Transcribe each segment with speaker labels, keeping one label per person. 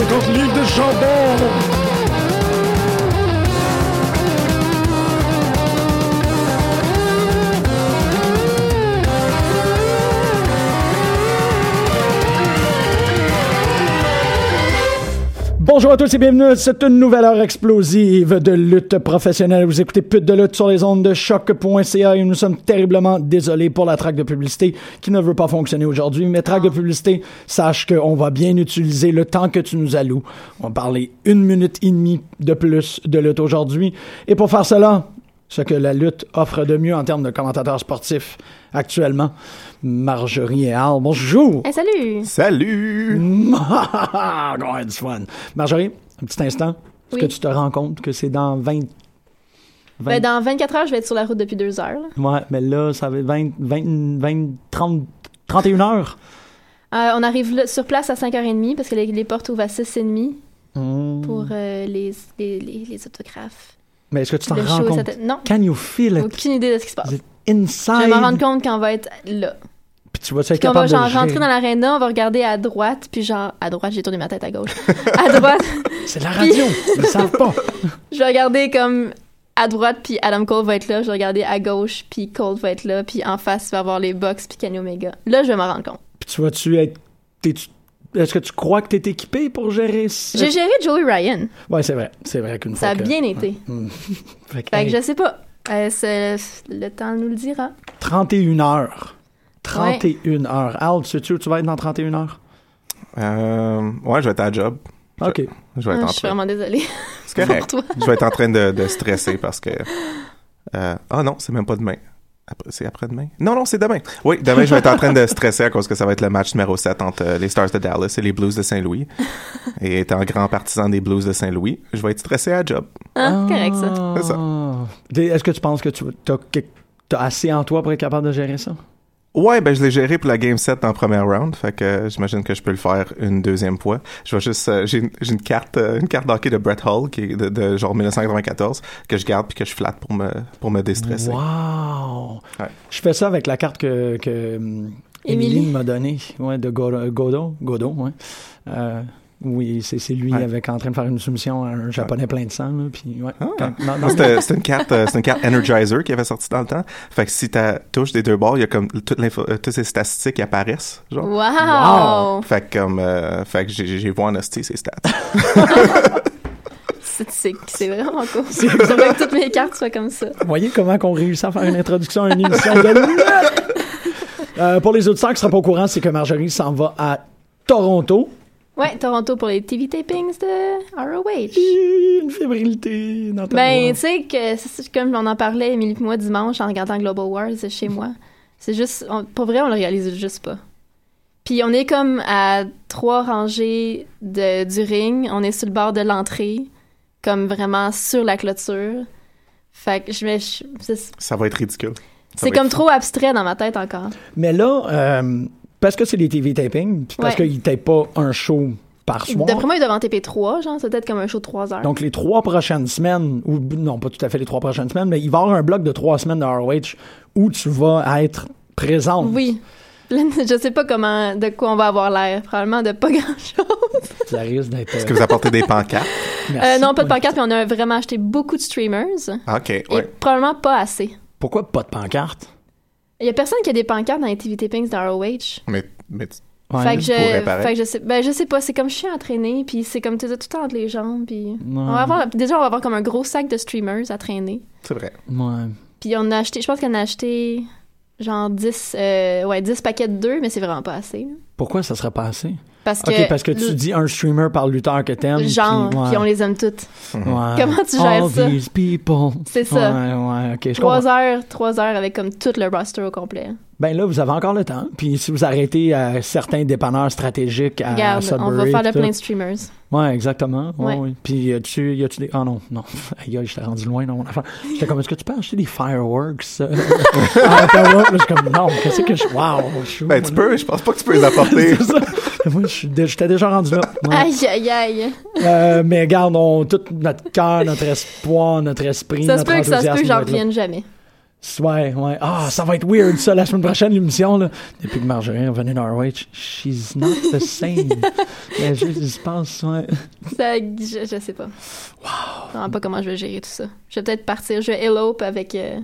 Speaker 1: de chandelle. Bonjour à tous et bienvenue à cette nouvelle heure explosive de lutte professionnelle. Vous écoutez Pute de lutte sur les ondes de choc.ca et nous sommes terriblement désolés pour la traque de publicité qui ne veut pas fonctionner aujourd'hui. Mais traque de publicité, sache qu'on va bien utiliser le temps que tu nous alloues. On va parler une minute et demie de plus de lutte aujourd'hui. Et pour faire cela, ce que la lutte offre de mieux en termes de commentateurs sportifs actuellement, Marjorie et Al, bonjour!
Speaker 2: Hey, Eh, salut!
Speaker 3: Salut!
Speaker 1: Go ahead, Ah, it's fun. Marjorie, un petit instant. Est-ce
Speaker 2: Oui.
Speaker 1: que tu te rends compte que c'est dans 20...
Speaker 2: Ben, dans 24 heures, je vais être sur la route depuis deux heures. là.
Speaker 1: Ouais, mais là, ça fait 20, 20, 20 30, 31 heures.
Speaker 2: Euh, on arrive là- sur place à 5h30 parce que les, les portes ouvrent à 6h30
Speaker 1: Hmm.
Speaker 2: pour euh, les, les, les- les autographes.
Speaker 1: Mais est-ce que tu t'en
Speaker 2: Le
Speaker 1: rends
Speaker 2: show,
Speaker 1: compte?
Speaker 2: ça te- Non,
Speaker 1: Can you feel it
Speaker 2: aucune idée de ce qui se passe.
Speaker 1: Vous êtes
Speaker 2: Je vais m'en
Speaker 1: inside?
Speaker 2: rendre compte quand on va être là.
Speaker 1: Puis tu vas être
Speaker 2: Puis on va
Speaker 1: capable de
Speaker 2: genre
Speaker 1: gérer?
Speaker 2: rentrer dans l'aréna, on va regarder à droite, puis genre à droite, j'ai tourné ma tête à gauche. à droite,
Speaker 1: C'est de la radio, ils le savent pas.
Speaker 2: je vais regarder comme à droite, puis Adam Cole va être là. Je vais regarder à gauche, puis Cole va être là, puis en face, il va y avoir les Bucks, puis Kenny Omega. Là, je vais m'en rendre compte.
Speaker 1: Puis tu vas-tu être... t'es-tu- Est-ce que tu crois que t'es équipé pour gérer ça?
Speaker 2: J'ai géré Joey Ryan.
Speaker 1: Ouais, c'est vrai. C'est vrai qu'une
Speaker 2: Ça
Speaker 1: fois
Speaker 2: a
Speaker 1: que- Hmm.
Speaker 2: bien été.
Speaker 1: Fait que,
Speaker 2: Fait
Speaker 1: hey,
Speaker 2: que je sais pas. Euh, c'est- le temps nous le dira.
Speaker 1: 31 heures. 31 heures. Al, sais-tu où tu vas être dans 31 heures?
Speaker 3: Euh, ouais, je vais être à la job.
Speaker 1: OK.
Speaker 3: Je vais être
Speaker 2: Ah,
Speaker 3: en
Speaker 2: je suis
Speaker 3: train.
Speaker 2: vraiment désolée
Speaker 3: C'est
Speaker 2: pour
Speaker 3: correct.
Speaker 2: toi.
Speaker 3: je vais être en train de, de stresser parce que. euh, ah non, c'est même pas demain. Après- C'est après-demain? Non, non, c'est demain. Oui, demain, je vais être en train de stresser à cause que ça va être le match numéro 7 entre euh, les Stars de Dallas et les Blues de Saint-Louis. Et étant grand partisan des Blues de Saint-Louis, je vais être stressé à la job.
Speaker 1: Ah.
Speaker 2: Hein, Correct, ça.
Speaker 3: C'est ça.
Speaker 1: Des- Est-ce que tu penses que tu as, assez en toi pour être capable de gérer ça?
Speaker 3: Ouais, ben je l'ai géré pour la game 7 en première round, fait que euh, j'imagine que je peux le faire une deuxième fois. Je vais juste euh, j'ai une, j'ai une carte euh, une carte d'hockey de Brett Hall qui est de, de genre 1994 que je garde puis que je flatte pour me pour me déstresser.
Speaker 1: Wow!
Speaker 3: Ouais.
Speaker 1: Je fais ça avec la carte que, que hum,
Speaker 2: Émilie.
Speaker 1: Émilie m'a donnée, ouais, de Go- Godot. Godot, ouais. Euh, oui, c'est c'est lui
Speaker 3: Ouais.
Speaker 1: avec en train de faire une soumission à un japonais plein de sang. là, puis, ouais.
Speaker 3: Ah.
Speaker 1: Quand- non, non,
Speaker 3: Non, C'était c'était une carte euh, c'était une carte Energizer qui avait sorti dans le temps. Fait que si t'as touche des deux bords, il y a comme toute l'info- euh, toutes ces statistiques qui apparaissent, genre.
Speaker 2: Wow!
Speaker 3: Fait que comme euh, fait que j'ai j'ai vu en hostie ces stats.
Speaker 2: C'est- C'est c'est vraiment cool. J'aimerais que toutes mes cartes soient comme ça.
Speaker 1: Vous voyez comment qu'on réussit à faire une introduction à une émission de lutte? Euh, pour les auditeurs qui ne seront pas au courant, c'est que Marjorie s'en va à Toronto.
Speaker 2: Ouais, Toronto pour les TV tapings de ROH.
Speaker 1: Hi, Une fébrilité dans ta
Speaker 2: Ben,
Speaker 1: voix.
Speaker 2: tu sais que, c'est- comme on en parlait, Émilie et moi, dimanche, en regardant Global Wars chez moi, c'est juste... on- pour vrai, on le réalise juste pas. Puis on est comme à trois rangées de, du ring. On est sur le bord de l'entrée, comme vraiment sur la clôture. Fait que je me... je- c'est-
Speaker 3: Ça va être ridicule. Ça
Speaker 2: C'est
Speaker 3: va être
Speaker 2: comme
Speaker 3: fou.
Speaker 2: trop abstrait dans ma tête encore.
Speaker 1: Mais là, euh, parce que c'est des TV tapings, puis parce
Speaker 2: Ouais.
Speaker 1: qu'ils ne tapent pas un show par soir.
Speaker 2: D'après moi, il devait en TP3, genre, c'est peut-être comme un show de 3 heures.
Speaker 1: Donc, les trois prochaines semaines, ou non, pas tout à fait les trois prochaines semaines, mais il va y avoir un bloc de trois semaines de ROH où tu vas être présente.
Speaker 2: oui. Là, je sais pas comment, de quoi on va avoir l'air. Probablement de pas grand-chose.
Speaker 1: Ça risque d'être.
Speaker 3: Est-ce que vous apportez des pancartes?
Speaker 2: Euh,
Speaker 1: Merci.
Speaker 2: non, pas de
Speaker 1: Ouais.
Speaker 2: pancarte, mais on a vraiment acheté beaucoup de streamers.
Speaker 3: Ah, OK,
Speaker 2: Et
Speaker 3: ouais.
Speaker 2: probablement pas assez.
Speaker 1: Pourquoi pas de pancarte?
Speaker 2: Il y a personne qui a des pancartes dans les TV tapings de ROH.
Speaker 3: Mais mais tu-
Speaker 1: Ouais.
Speaker 2: fait que je,
Speaker 3: pourrait paraître.
Speaker 2: fait que je sais, ben, je sais pas, c'est comme je suis entraînée, puis c'est comme tu dis tout le temps entre les jambes, puis
Speaker 1: Non.
Speaker 2: on va avoir, déjà on va avoir comme un gros sac de streamers à traîner.
Speaker 3: c'est vrai.
Speaker 1: Ouais.
Speaker 2: Puis on a acheté, je pense qu'on a acheté genre 10, euh, ouais, 10 paquets de deux, mais c'est vraiment pas assez. là.
Speaker 1: Pourquoi ça serait pas assez?
Speaker 2: Parce
Speaker 1: Ok,
Speaker 2: que,
Speaker 1: parce que tu dis un streamer par lutteur que t'aimes.
Speaker 2: le genre, puis,
Speaker 1: ouais.
Speaker 2: on les aime toutes.
Speaker 1: Ouais.
Speaker 2: Comment tu gères
Speaker 1: All
Speaker 2: ça?
Speaker 1: these people.
Speaker 2: C'est ça.
Speaker 1: Ouais, ouais, ok, je comprends.
Speaker 2: Trois heures, trois heures avec comme tout le roster au complet.
Speaker 1: Ben là, vous avez encore le temps. Puis si vous arrêtez à certains dépanneurs stratégiques à
Speaker 2: Regarde, on va faire le
Speaker 1: de
Speaker 2: plein de streamers.
Speaker 1: Ouais, exactement. Ouais,
Speaker 2: Ouais.
Speaker 1: ouais. Puis y a-tu y a-tu des. Ah non, non. Aïe, aïe, je t'ai rendu loin dans mon affaire. J'étais comme, est-ce que tu peux acheter des fireworks euh, à Ottawa? Puis J'étais comme, non, qu'est-ce que je. Waouh, je suis où,
Speaker 3: Ben, tu
Speaker 1: moi, là?
Speaker 3: peux, je pense pas que tu peux les apporter.
Speaker 1: C'est ça. Moi, je suis dé- j'étais déjà rendu là. Ouais.
Speaker 2: Aïe, aïe, aïe.
Speaker 1: Euh, mais garde, on, tout notre cœur, notre espoir, notre esprit,
Speaker 2: Ça se
Speaker 1: notre
Speaker 2: peut que ça se peut que
Speaker 1: enthousiasme
Speaker 2: j'en
Speaker 1: va être là.
Speaker 2: revienne jamais.
Speaker 1: Ouais, ouais. Ah, ça va être weird, ça, la semaine prochaine, l'émission, là. Depuis que Marjorie est revenue Norwich, she's not the same. Mais je, je pense, ouais.
Speaker 2: Ça, je, je sais pas. Je sais vraiment pas comment je vais gérer tout ça. Je vais peut-être partir. Je vais élope avec, euh,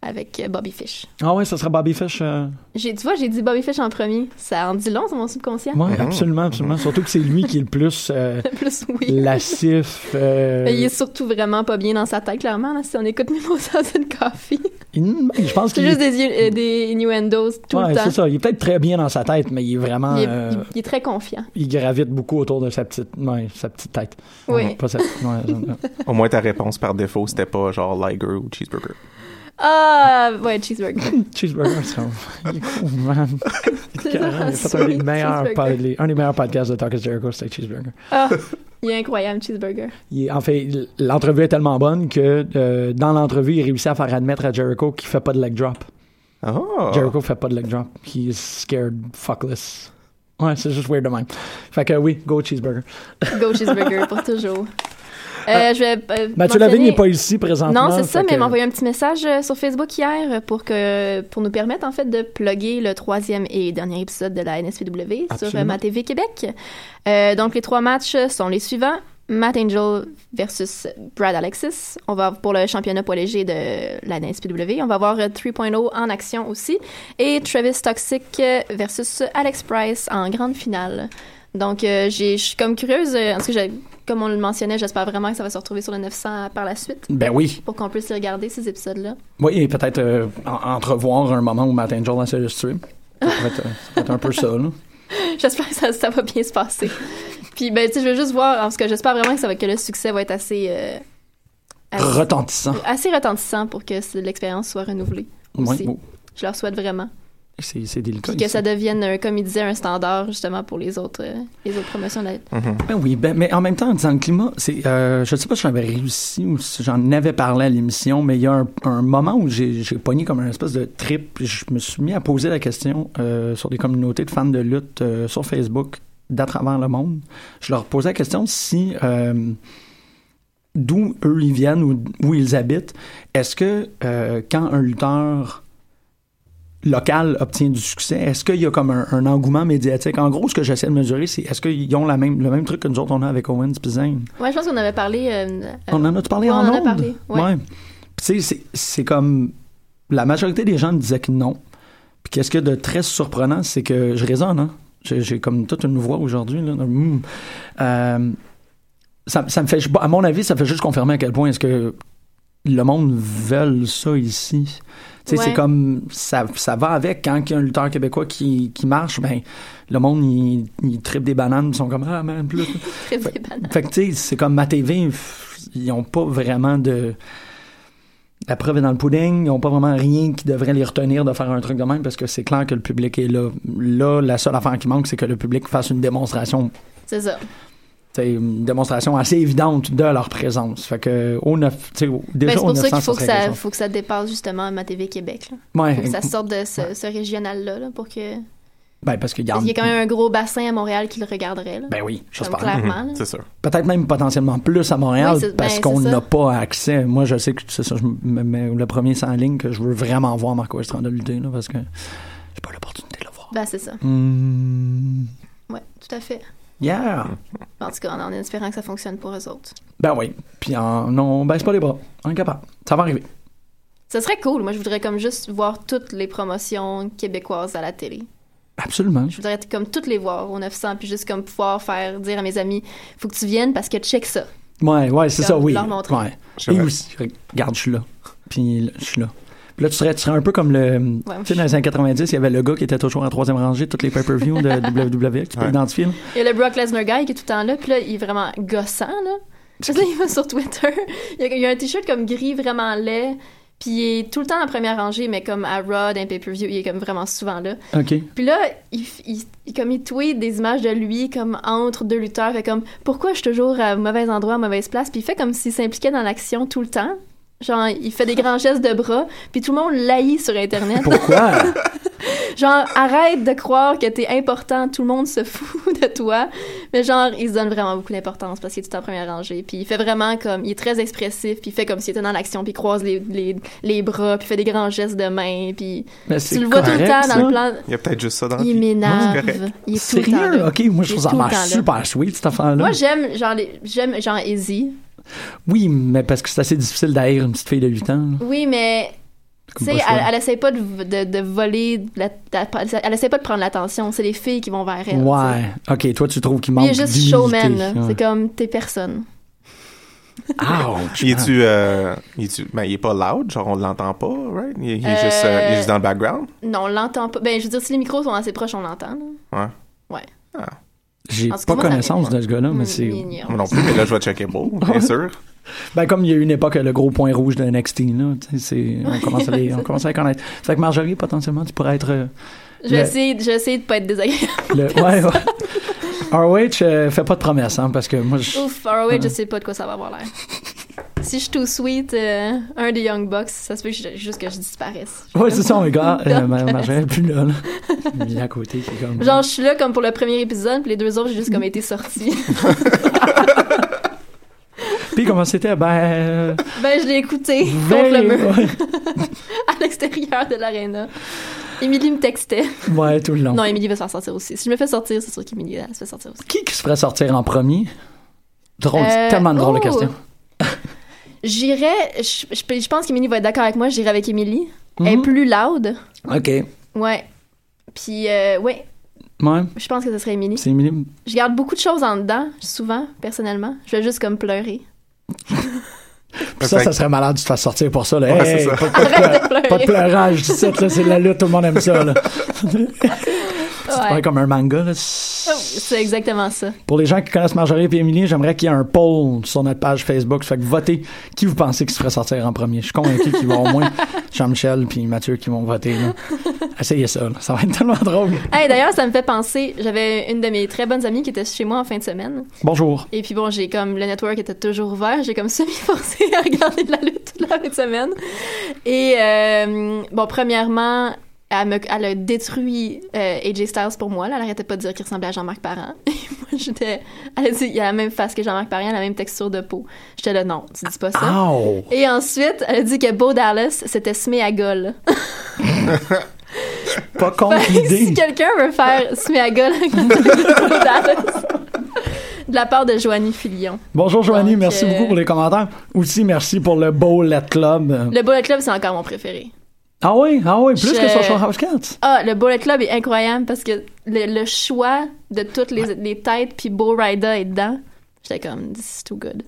Speaker 2: avec euh, Bobby Fish.
Speaker 1: Ah ouais, ça sera Bobby Fish. euh,
Speaker 2: J'ai, tu vois, j'ai dit Bobby Fish en premier. Ça en dit long sur mon subconscient.
Speaker 1: Ouais,
Speaker 3: Mhm.
Speaker 1: absolument, absolument. Surtout que c'est lui qui est le plus euh,
Speaker 2: Plus oui.
Speaker 1: lassif. euh,
Speaker 2: Mais il est surtout vraiment pas bien dans sa tête, clairement, là, si on écoute Mimosa and Coffee.
Speaker 1: il- je pense
Speaker 2: C'est
Speaker 1: qu'il
Speaker 2: juste des, yeux- euh, des innuendos tout
Speaker 1: ouais,
Speaker 2: le temps.
Speaker 1: c'est ça. Il est peut-être très bien dans sa tête, mais il est vraiment.
Speaker 2: Il est,
Speaker 1: euh,
Speaker 2: il- il est très confiant.
Speaker 1: il gravite beaucoup autour de sa petite, ouais, sa petite tête.
Speaker 2: Oui.
Speaker 1: Pas sa- ouais, non.
Speaker 3: Au moins, ta réponse par défaut, c'était pas genre Liger ou Cheeseburger.
Speaker 2: Ah, ouais, cheeseburger.
Speaker 1: Cheeseburger, c'est il est cool, man.
Speaker 2: C'est
Speaker 1: Carrément, il
Speaker 2: vraiment
Speaker 1: a fait un des
Speaker 2: sweet,
Speaker 1: meilleurs,
Speaker 2: cheeseburger.
Speaker 1: pod- les- un des meilleurs podcasts de Talk is Jericho, c'était Cheeseburger.
Speaker 2: Ah, il est incroyable, cheeseburger.
Speaker 1: Il est- en fait, l- l'entrevue est tellement bonne que euh, dans l'entrevue, il réussit à faire admettre à Jericho qu'il fait pas de leg drop.
Speaker 3: Oh!
Speaker 1: Jericho fait pas de leg drop. He is scared fuckless. Ouais, c'est juste weird de même. Fait que oui, go cheeseburger.
Speaker 2: Go cheeseburger pour toujours. Euh, je vais. euh,
Speaker 1: Ah. Mathieu
Speaker 2: mentionner-
Speaker 1: Lavigne n'est pas ici présentement.
Speaker 2: Non, c'est ça,
Speaker 1: fait
Speaker 2: mais il
Speaker 1: que-
Speaker 2: m'a envoyé un petit message euh, sur Facebook hier euh, pour, que, pour nous permettre, en fait, de plugger le troisième et dernier épisode de la NSPW sur euh,
Speaker 3: Absolument.
Speaker 2: ma TV Québec. Euh, donc, les trois matchs sont les suivants. Matt Angel versus Brad Alexis. On va pour le championnat poids léger de la NSPW. On va voir euh, 3.0 en action aussi. Et Travis Toxic euh, versus Alex Price en grande finale. Donc, euh, j'ai- je suis comme curieuse. euh, en tout cas, j'ai- comme on le mentionnait, j'espère vraiment que ça va se retrouver sur le 900 par la suite
Speaker 1: Ben oui.
Speaker 2: pour qu'on puisse les regarder, ces épisodes-là.
Speaker 1: Oui, et peut-être euh, en- entrevoir un moment où Matt Angel lance le stream. Ça pourrait être, euh, ça pourrait être un peu ça, là.
Speaker 2: J'espère que ça, ça va bien se passer. Puis, ben, tu sais, je veux juste voir, parce que j'espère vraiment que, ça va, que le succès va être assez, euh, assez,
Speaker 1: Retentissant.
Speaker 2: assez retentissant pour que c'est- l'expérience soit renouvelée.
Speaker 1: Oui,
Speaker 2: Aussi.
Speaker 1: bon.
Speaker 2: Je leur souhaite vraiment.
Speaker 1: C'est c'est délicat.
Speaker 2: Puis que
Speaker 1: ici.
Speaker 2: ça devienne, euh, comme il disait, un standard, justement, pour les autres, euh, les autres promotions. de la-
Speaker 3: Mhm.
Speaker 1: Ben oui, ben, mais en même temps, en disant le climat, c'est, euh, je sais pas si j'avais réussi ou si j'en avais parlé à l'émission, mais il y a un, un moment où j'ai, j'ai pogné comme un espèce de trip. puis Je me suis mis à poser la question euh, sur des communautés de fans de lutte euh, sur Facebook d'à travers le monde. Je leur posais la question si euh, d'où eux ils viennent ou où ils habitent, est-ce que euh, quand un lutteur local obtient du succès, est-ce qu'il y a comme un, un engouement médiatique? En gros, ce que j'essaie de mesurer, c'est est-ce qu'ils ont la même, le même truc que nous autres, on a avec Owens puis Zayn?
Speaker 2: Ouais, je pense qu'on avait parlé. euh, euh,
Speaker 1: on en a-tu parlé
Speaker 2: ouais,
Speaker 1: en
Speaker 2: on en a
Speaker 1: ondes?
Speaker 2: parlé, ouais.
Speaker 1: Puis tu sais, c'est- c'est comme... La majorité des gens me disaient que non. Puis qu'est-ce qu'il y a de très surprenant, c'est que je résonne, hein? J'ai j'ai comme toute une voix aujourd'hui, là. de Mm. Euh, ça, ça me fait... À mon avis, ça fait juste confirmer à quel point est-ce que le monde veut ça ici. Tu sais,
Speaker 2: Ouais.
Speaker 1: c'est comme ça, ça va avec quand il y a un lutteur québécois qui, qui marche, ben le monde il, il tripe des bananes, ils sont comme ah man plus.
Speaker 2: très des bananes.
Speaker 1: fait que tu sais, c'est comme ma TV, pff, ils ont pas vraiment de la preuve est dans le pudding, ils ont pas vraiment rien qui devrait les retenir de faire un truc de même parce que c'est clair que le public est là. Là, la seule affaire qui manque, c'est que le public fasse une démonstration
Speaker 2: C'est ça.
Speaker 1: c'est une démonstration assez évidente de leur présence. Fait que au 9, tu sais, au-
Speaker 2: Ben,
Speaker 1: déjà
Speaker 2: c'est
Speaker 1: au
Speaker 2: pour ça
Speaker 1: 900,
Speaker 2: qu'il faut, que
Speaker 1: serait quelque
Speaker 2: ça,
Speaker 1: chose.
Speaker 2: faut que ça dépasse, justement, ma TV Québec. Là.
Speaker 1: Ouais,
Speaker 2: Faut que ça sorte de ce, ce régional-là là, pour que.
Speaker 1: ben, parce qu'il y, en-
Speaker 2: Parce qu'il y a quand même un gros bassin à Montréal qui le regarderait. Là.
Speaker 1: Ben oui,
Speaker 2: Comme
Speaker 1: j'espère.
Speaker 2: clair. Clairement,
Speaker 3: Mhm,
Speaker 2: là.
Speaker 3: C'est sûr.
Speaker 1: Peut-être même potentiellement plus à Montréal
Speaker 2: Oui, c'est-
Speaker 1: parce
Speaker 2: ben,
Speaker 1: qu'on
Speaker 2: c'est ça.
Speaker 1: n'a pas accès. Moi, je sais que c'est ça, je me mets le premier sans ligne que je veux vraiment voir Marco Estrada lutter là, parce que j'ai pas l'opportunité de le voir.
Speaker 2: Ben, c'est ça.
Speaker 1: Hmm,
Speaker 2: Ouais, tout à fait. Ben,
Speaker 1: yeah!
Speaker 2: En tout cas, en, en espérant que ça fonctionne pour eux autres.
Speaker 1: Ben oui. Puis en- non, ben c'est pas les bras. On est capable. Ça va arriver.
Speaker 2: Ça serait cool. Moi, je voudrais comme juste voir toutes les promotions québécoises à la télé.
Speaker 1: Absolument.
Speaker 2: Je voudrais comme toutes les voir au 900, puis juste comme pouvoir faire dire à mes amis, faut que tu viennes parce que check ça.
Speaker 1: Ouais, ouais, c'est
Speaker 2: Leur-
Speaker 1: ça, oui.
Speaker 2: leur montrer.
Speaker 1: Ouais.
Speaker 3: Je
Speaker 1: Et
Speaker 3: vais-
Speaker 1: aussi, regarde, je suis là. Puis là, je suis là. Puis là, tu serais, tu serais un peu comme le.
Speaker 2: moi,
Speaker 1: tu sais,
Speaker 2: je-
Speaker 1: dans les années 90, il y avait le gars qui était toujours en troisième rangée, toutes les pay-per-views de WWE, qui peut
Speaker 3: Ouais.
Speaker 1: identifier. là.
Speaker 2: Il y a le Brock Lesnar guy qui est tout le temps là, puis là, il est vraiment gossant, là. Parce que là, il va sur Twitter, il y a, il y a un t-shirt comme gris vraiment laid, puis il est tout le temps en première rangée, mais comme à Rod, un pay-per-view, il est comme vraiment souvent là.
Speaker 1: OK.
Speaker 2: Puis là, il, f- il- il- comme il tweet des images de lui comme entre deux lutteurs, fait comme pourquoi je suis toujours à mauvais endroit, à mauvaise place, puis il fait comme s'il s'impliquait dans l'action tout le temps. Genre, il fait des grands gestes de bras, puis tout le monde l'haït sur Internet.
Speaker 1: Pourquoi?
Speaker 2: Genre, arrête de croire que t'es important, tout le monde se fout de toi. Mais genre, il se donne vraiment beaucoup d'importance parce qu'il est tout en première rangée. Puis il fait vraiment comme, il est très expressif, puis il fait comme s'il était dans l'action, puis il croise les, les, les bras, puis il fait des grands gestes de main, puis
Speaker 1: Mais
Speaker 2: tu le vois tout le temps
Speaker 1: correct,
Speaker 2: dans le
Speaker 1: ça.
Speaker 2: plan.
Speaker 3: Il y a peut-être juste ça dans la
Speaker 2: Il
Speaker 3: vie.
Speaker 2: m'énerve.
Speaker 3: C'est correct.
Speaker 2: Il est tout le temps
Speaker 1: Sérieux?
Speaker 2: là.
Speaker 1: Ok, moi je
Speaker 2: Il est
Speaker 1: trouve ça
Speaker 2: tout le temps
Speaker 1: marche
Speaker 2: là.
Speaker 1: super sweet, cette affaire-là.
Speaker 2: Moi, j'aime genre, les- j'aime genre Easy.
Speaker 1: Oui, mais parce que c'est assez difficile d'haïr une petite fille de 8 ans. là.
Speaker 2: Oui, mais
Speaker 1: pas
Speaker 2: tu sais,
Speaker 1: le choix.
Speaker 2: elle, elle essaie pas de, de, de voler, la- la- elle essaie pas de prendre l'attention. C'est les filles qui vont vers elle. tu sais.
Speaker 1: Ouais. Ok, toi, tu trouves qu'il
Speaker 2: Lui,
Speaker 1: manque
Speaker 2: il est juste
Speaker 1: d'humilité.
Speaker 2: showman, là.
Speaker 1: Ouais.
Speaker 2: C'est comme, t'es personne.
Speaker 1: Ouch.
Speaker 3: Il est-tu. euh, il est-tu- ben, il est pas loud, genre on l'entend pas, right? Il, il est juste, euh, il est juste dans le background.
Speaker 2: Non, on l'entend pas. Ben, je veux dire, si les micros sont assez proches, on l'entend, là.
Speaker 3: Ouais.
Speaker 1: J'ai
Speaker 2: en tout
Speaker 1: pas
Speaker 2: cas, moi, ça
Speaker 1: connaissance de ce gars-là, mais
Speaker 2: Mm,
Speaker 1: c'est.
Speaker 2: mignon.
Speaker 3: Ah, Moi non plus, mais là, je vais checker beau, bien sûr.
Speaker 1: Ben, comme il y a eu une époque, le gros point rouge de NXT, là, tu sais, c'est- on, commence à les, on commence à les connaître. Fait que Marjorie, potentiellement, tu pourrais être. euh,
Speaker 2: Je vais
Speaker 1: Le-
Speaker 2: essayer, je vais essayer de pas être désagréable.
Speaker 1: le... Ouais, ouais. ROH, euh, fais pas de promesses, hein, parce que moi, je.
Speaker 2: Ouf, far away,
Speaker 1: Ouais.
Speaker 2: je sais pas de quoi ça va avoir l'air. si je suis tout sweet, euh, un des Young Bucks, ça se peut que je- juste que je disparaisse.
Speaker 1: Ouais, c'est ça, mon gars. Euh,
Speaker 2: Donc,
Speaker 1: ma- Marjorie, elle est plus là, là. Il est à côté, qui est comme.
Speaker 2: Genre, je suis là comme pour le premier épisode, puis les deux autres, j'ai juste comme été sortis.
Speaker 1: Puis comment c'était? Ben. euh,
Speaker 2: ben, je l'ai écouté contre
Speaker 1: ben,
Speaker 2: le mur,
Speaker 1: ouais.
Speaker 2: à l'extérieur de l'aréna. Émilie me textait.
Speaker 1: Ouais, tout le long.
Speaker 2: Non, Émilie va se faire sortir aussi. Si je me fais sortir, c'est sûr qu'Émilie, elle se fait sortir aussi.
Speaker 1: Qui qui se ferait sortir en premier? Drôle,
Speaker 2: Euh,
Speaker 1: c'est tellement de drôle de
Speaker 2: oh!
Speaker 1: question.
Speaker 2: J'irais, je, je peux- je pense qu'Émilie va être d'accord avec moi, j'irais avec Émilie. Elle est
Speaker 1: Mhm.
Speaker 2: plus loud.
Speaker 1: Ok.
Speaker 2: Ouais. Puis, euh, ouais,
Speaker 1: Ouais,
Speaker 2: je pense que ce serait Émilie.
Speaker 1: c'est minime.
Speaker 2: Je garde beaucoup de choses en dedans, souvent, personnellement. Je vais juste comme pleurer.
Speaker 1: Puis ça, ça serait malade de se faire sortir pour ça. Là.
Speaker 3: Ouais, c'est
Speaker 1: Hey,
Speaker 3: ça.
Speaker 1: Pas, pas de
Speaker 2: Arrête
Speaker 1: pleur-
Speaker 2: de pleurer.
Speaker 1: pas de pleurage, tu sais, là, c'est de la lutte, tout le monde aime ça. Là.
Speaker 2: Ouais. Oh,
Speaker 1: Ouais, comme un manga. Là.
Speaker 2: C'est exactement ça.
Speaker 1: Pour les gens qui connaissent Marjorie et Émilie, j'aimerais qu'il y ait un poll sur notre page Facebook. Fait que votez qui vous pensez qui se ferait sortir en premier. Je suis convaincu qu'il va au moins Jean-Michel puis Mathieu qui vont voter. Là. Essayez ça, là. ça va être tellement drôle.
Speaker 2: Hey, D'ailleurs, ça me fait penser, j'avais une de mes très bonnes amies qui était chez moi en fin de semaine.
Speaker 1: Bonjour.
Speaker 2: Et puis bon, j'ai comme le network était toujours ouvert, j'ai comme semi-forcé à regarder de la lutte toute la fin de semaine. Et euh, bon, premièrement, elle, me- elle a détruit euh, AJ Styles pour moi. Là, elle arrêtait pas de dire qu'il ressemblait à Jean-Marc Parent. Et moi, j'étais. Elle a dit il a la même face que Jean-Marc Parent, la même texture de peau. J'étais là, non, tu dis pas ça.
Speaker 1: Ow!
Speaker 2: Et ensuite, elle a dit que Beau Dallas s'était semé à gueule.
Speaker 1: Pas contre
Speaker 2: si
Speaker 1: l'idée.
Speaker 2: quelqu'un veut faire semer à gueule avec Bo Dallas, de la part de Joanie Filion.
Speaker 1: Bonjour Joanie,
Speaker 2: Donc,
Speaker 1: merci
Speaker 2: euh,
Speaker 1: beaucoup pour les commentaires. Aussi, merci pour le beau Let Club. Euh,
Speaker 2: Le Bullet Club, c'est encore mon préféré.
Speaker 1: Ah oui, ah oui, plus
Speaker 2: Je-
Speaker 1: que Social House Cats.
Speaker 2: Ah, le Bullet Club est incroyable parce que le, le choix de toutes les, les têtes, puis Bo Rida est dedans. J'étais comme, this is too good.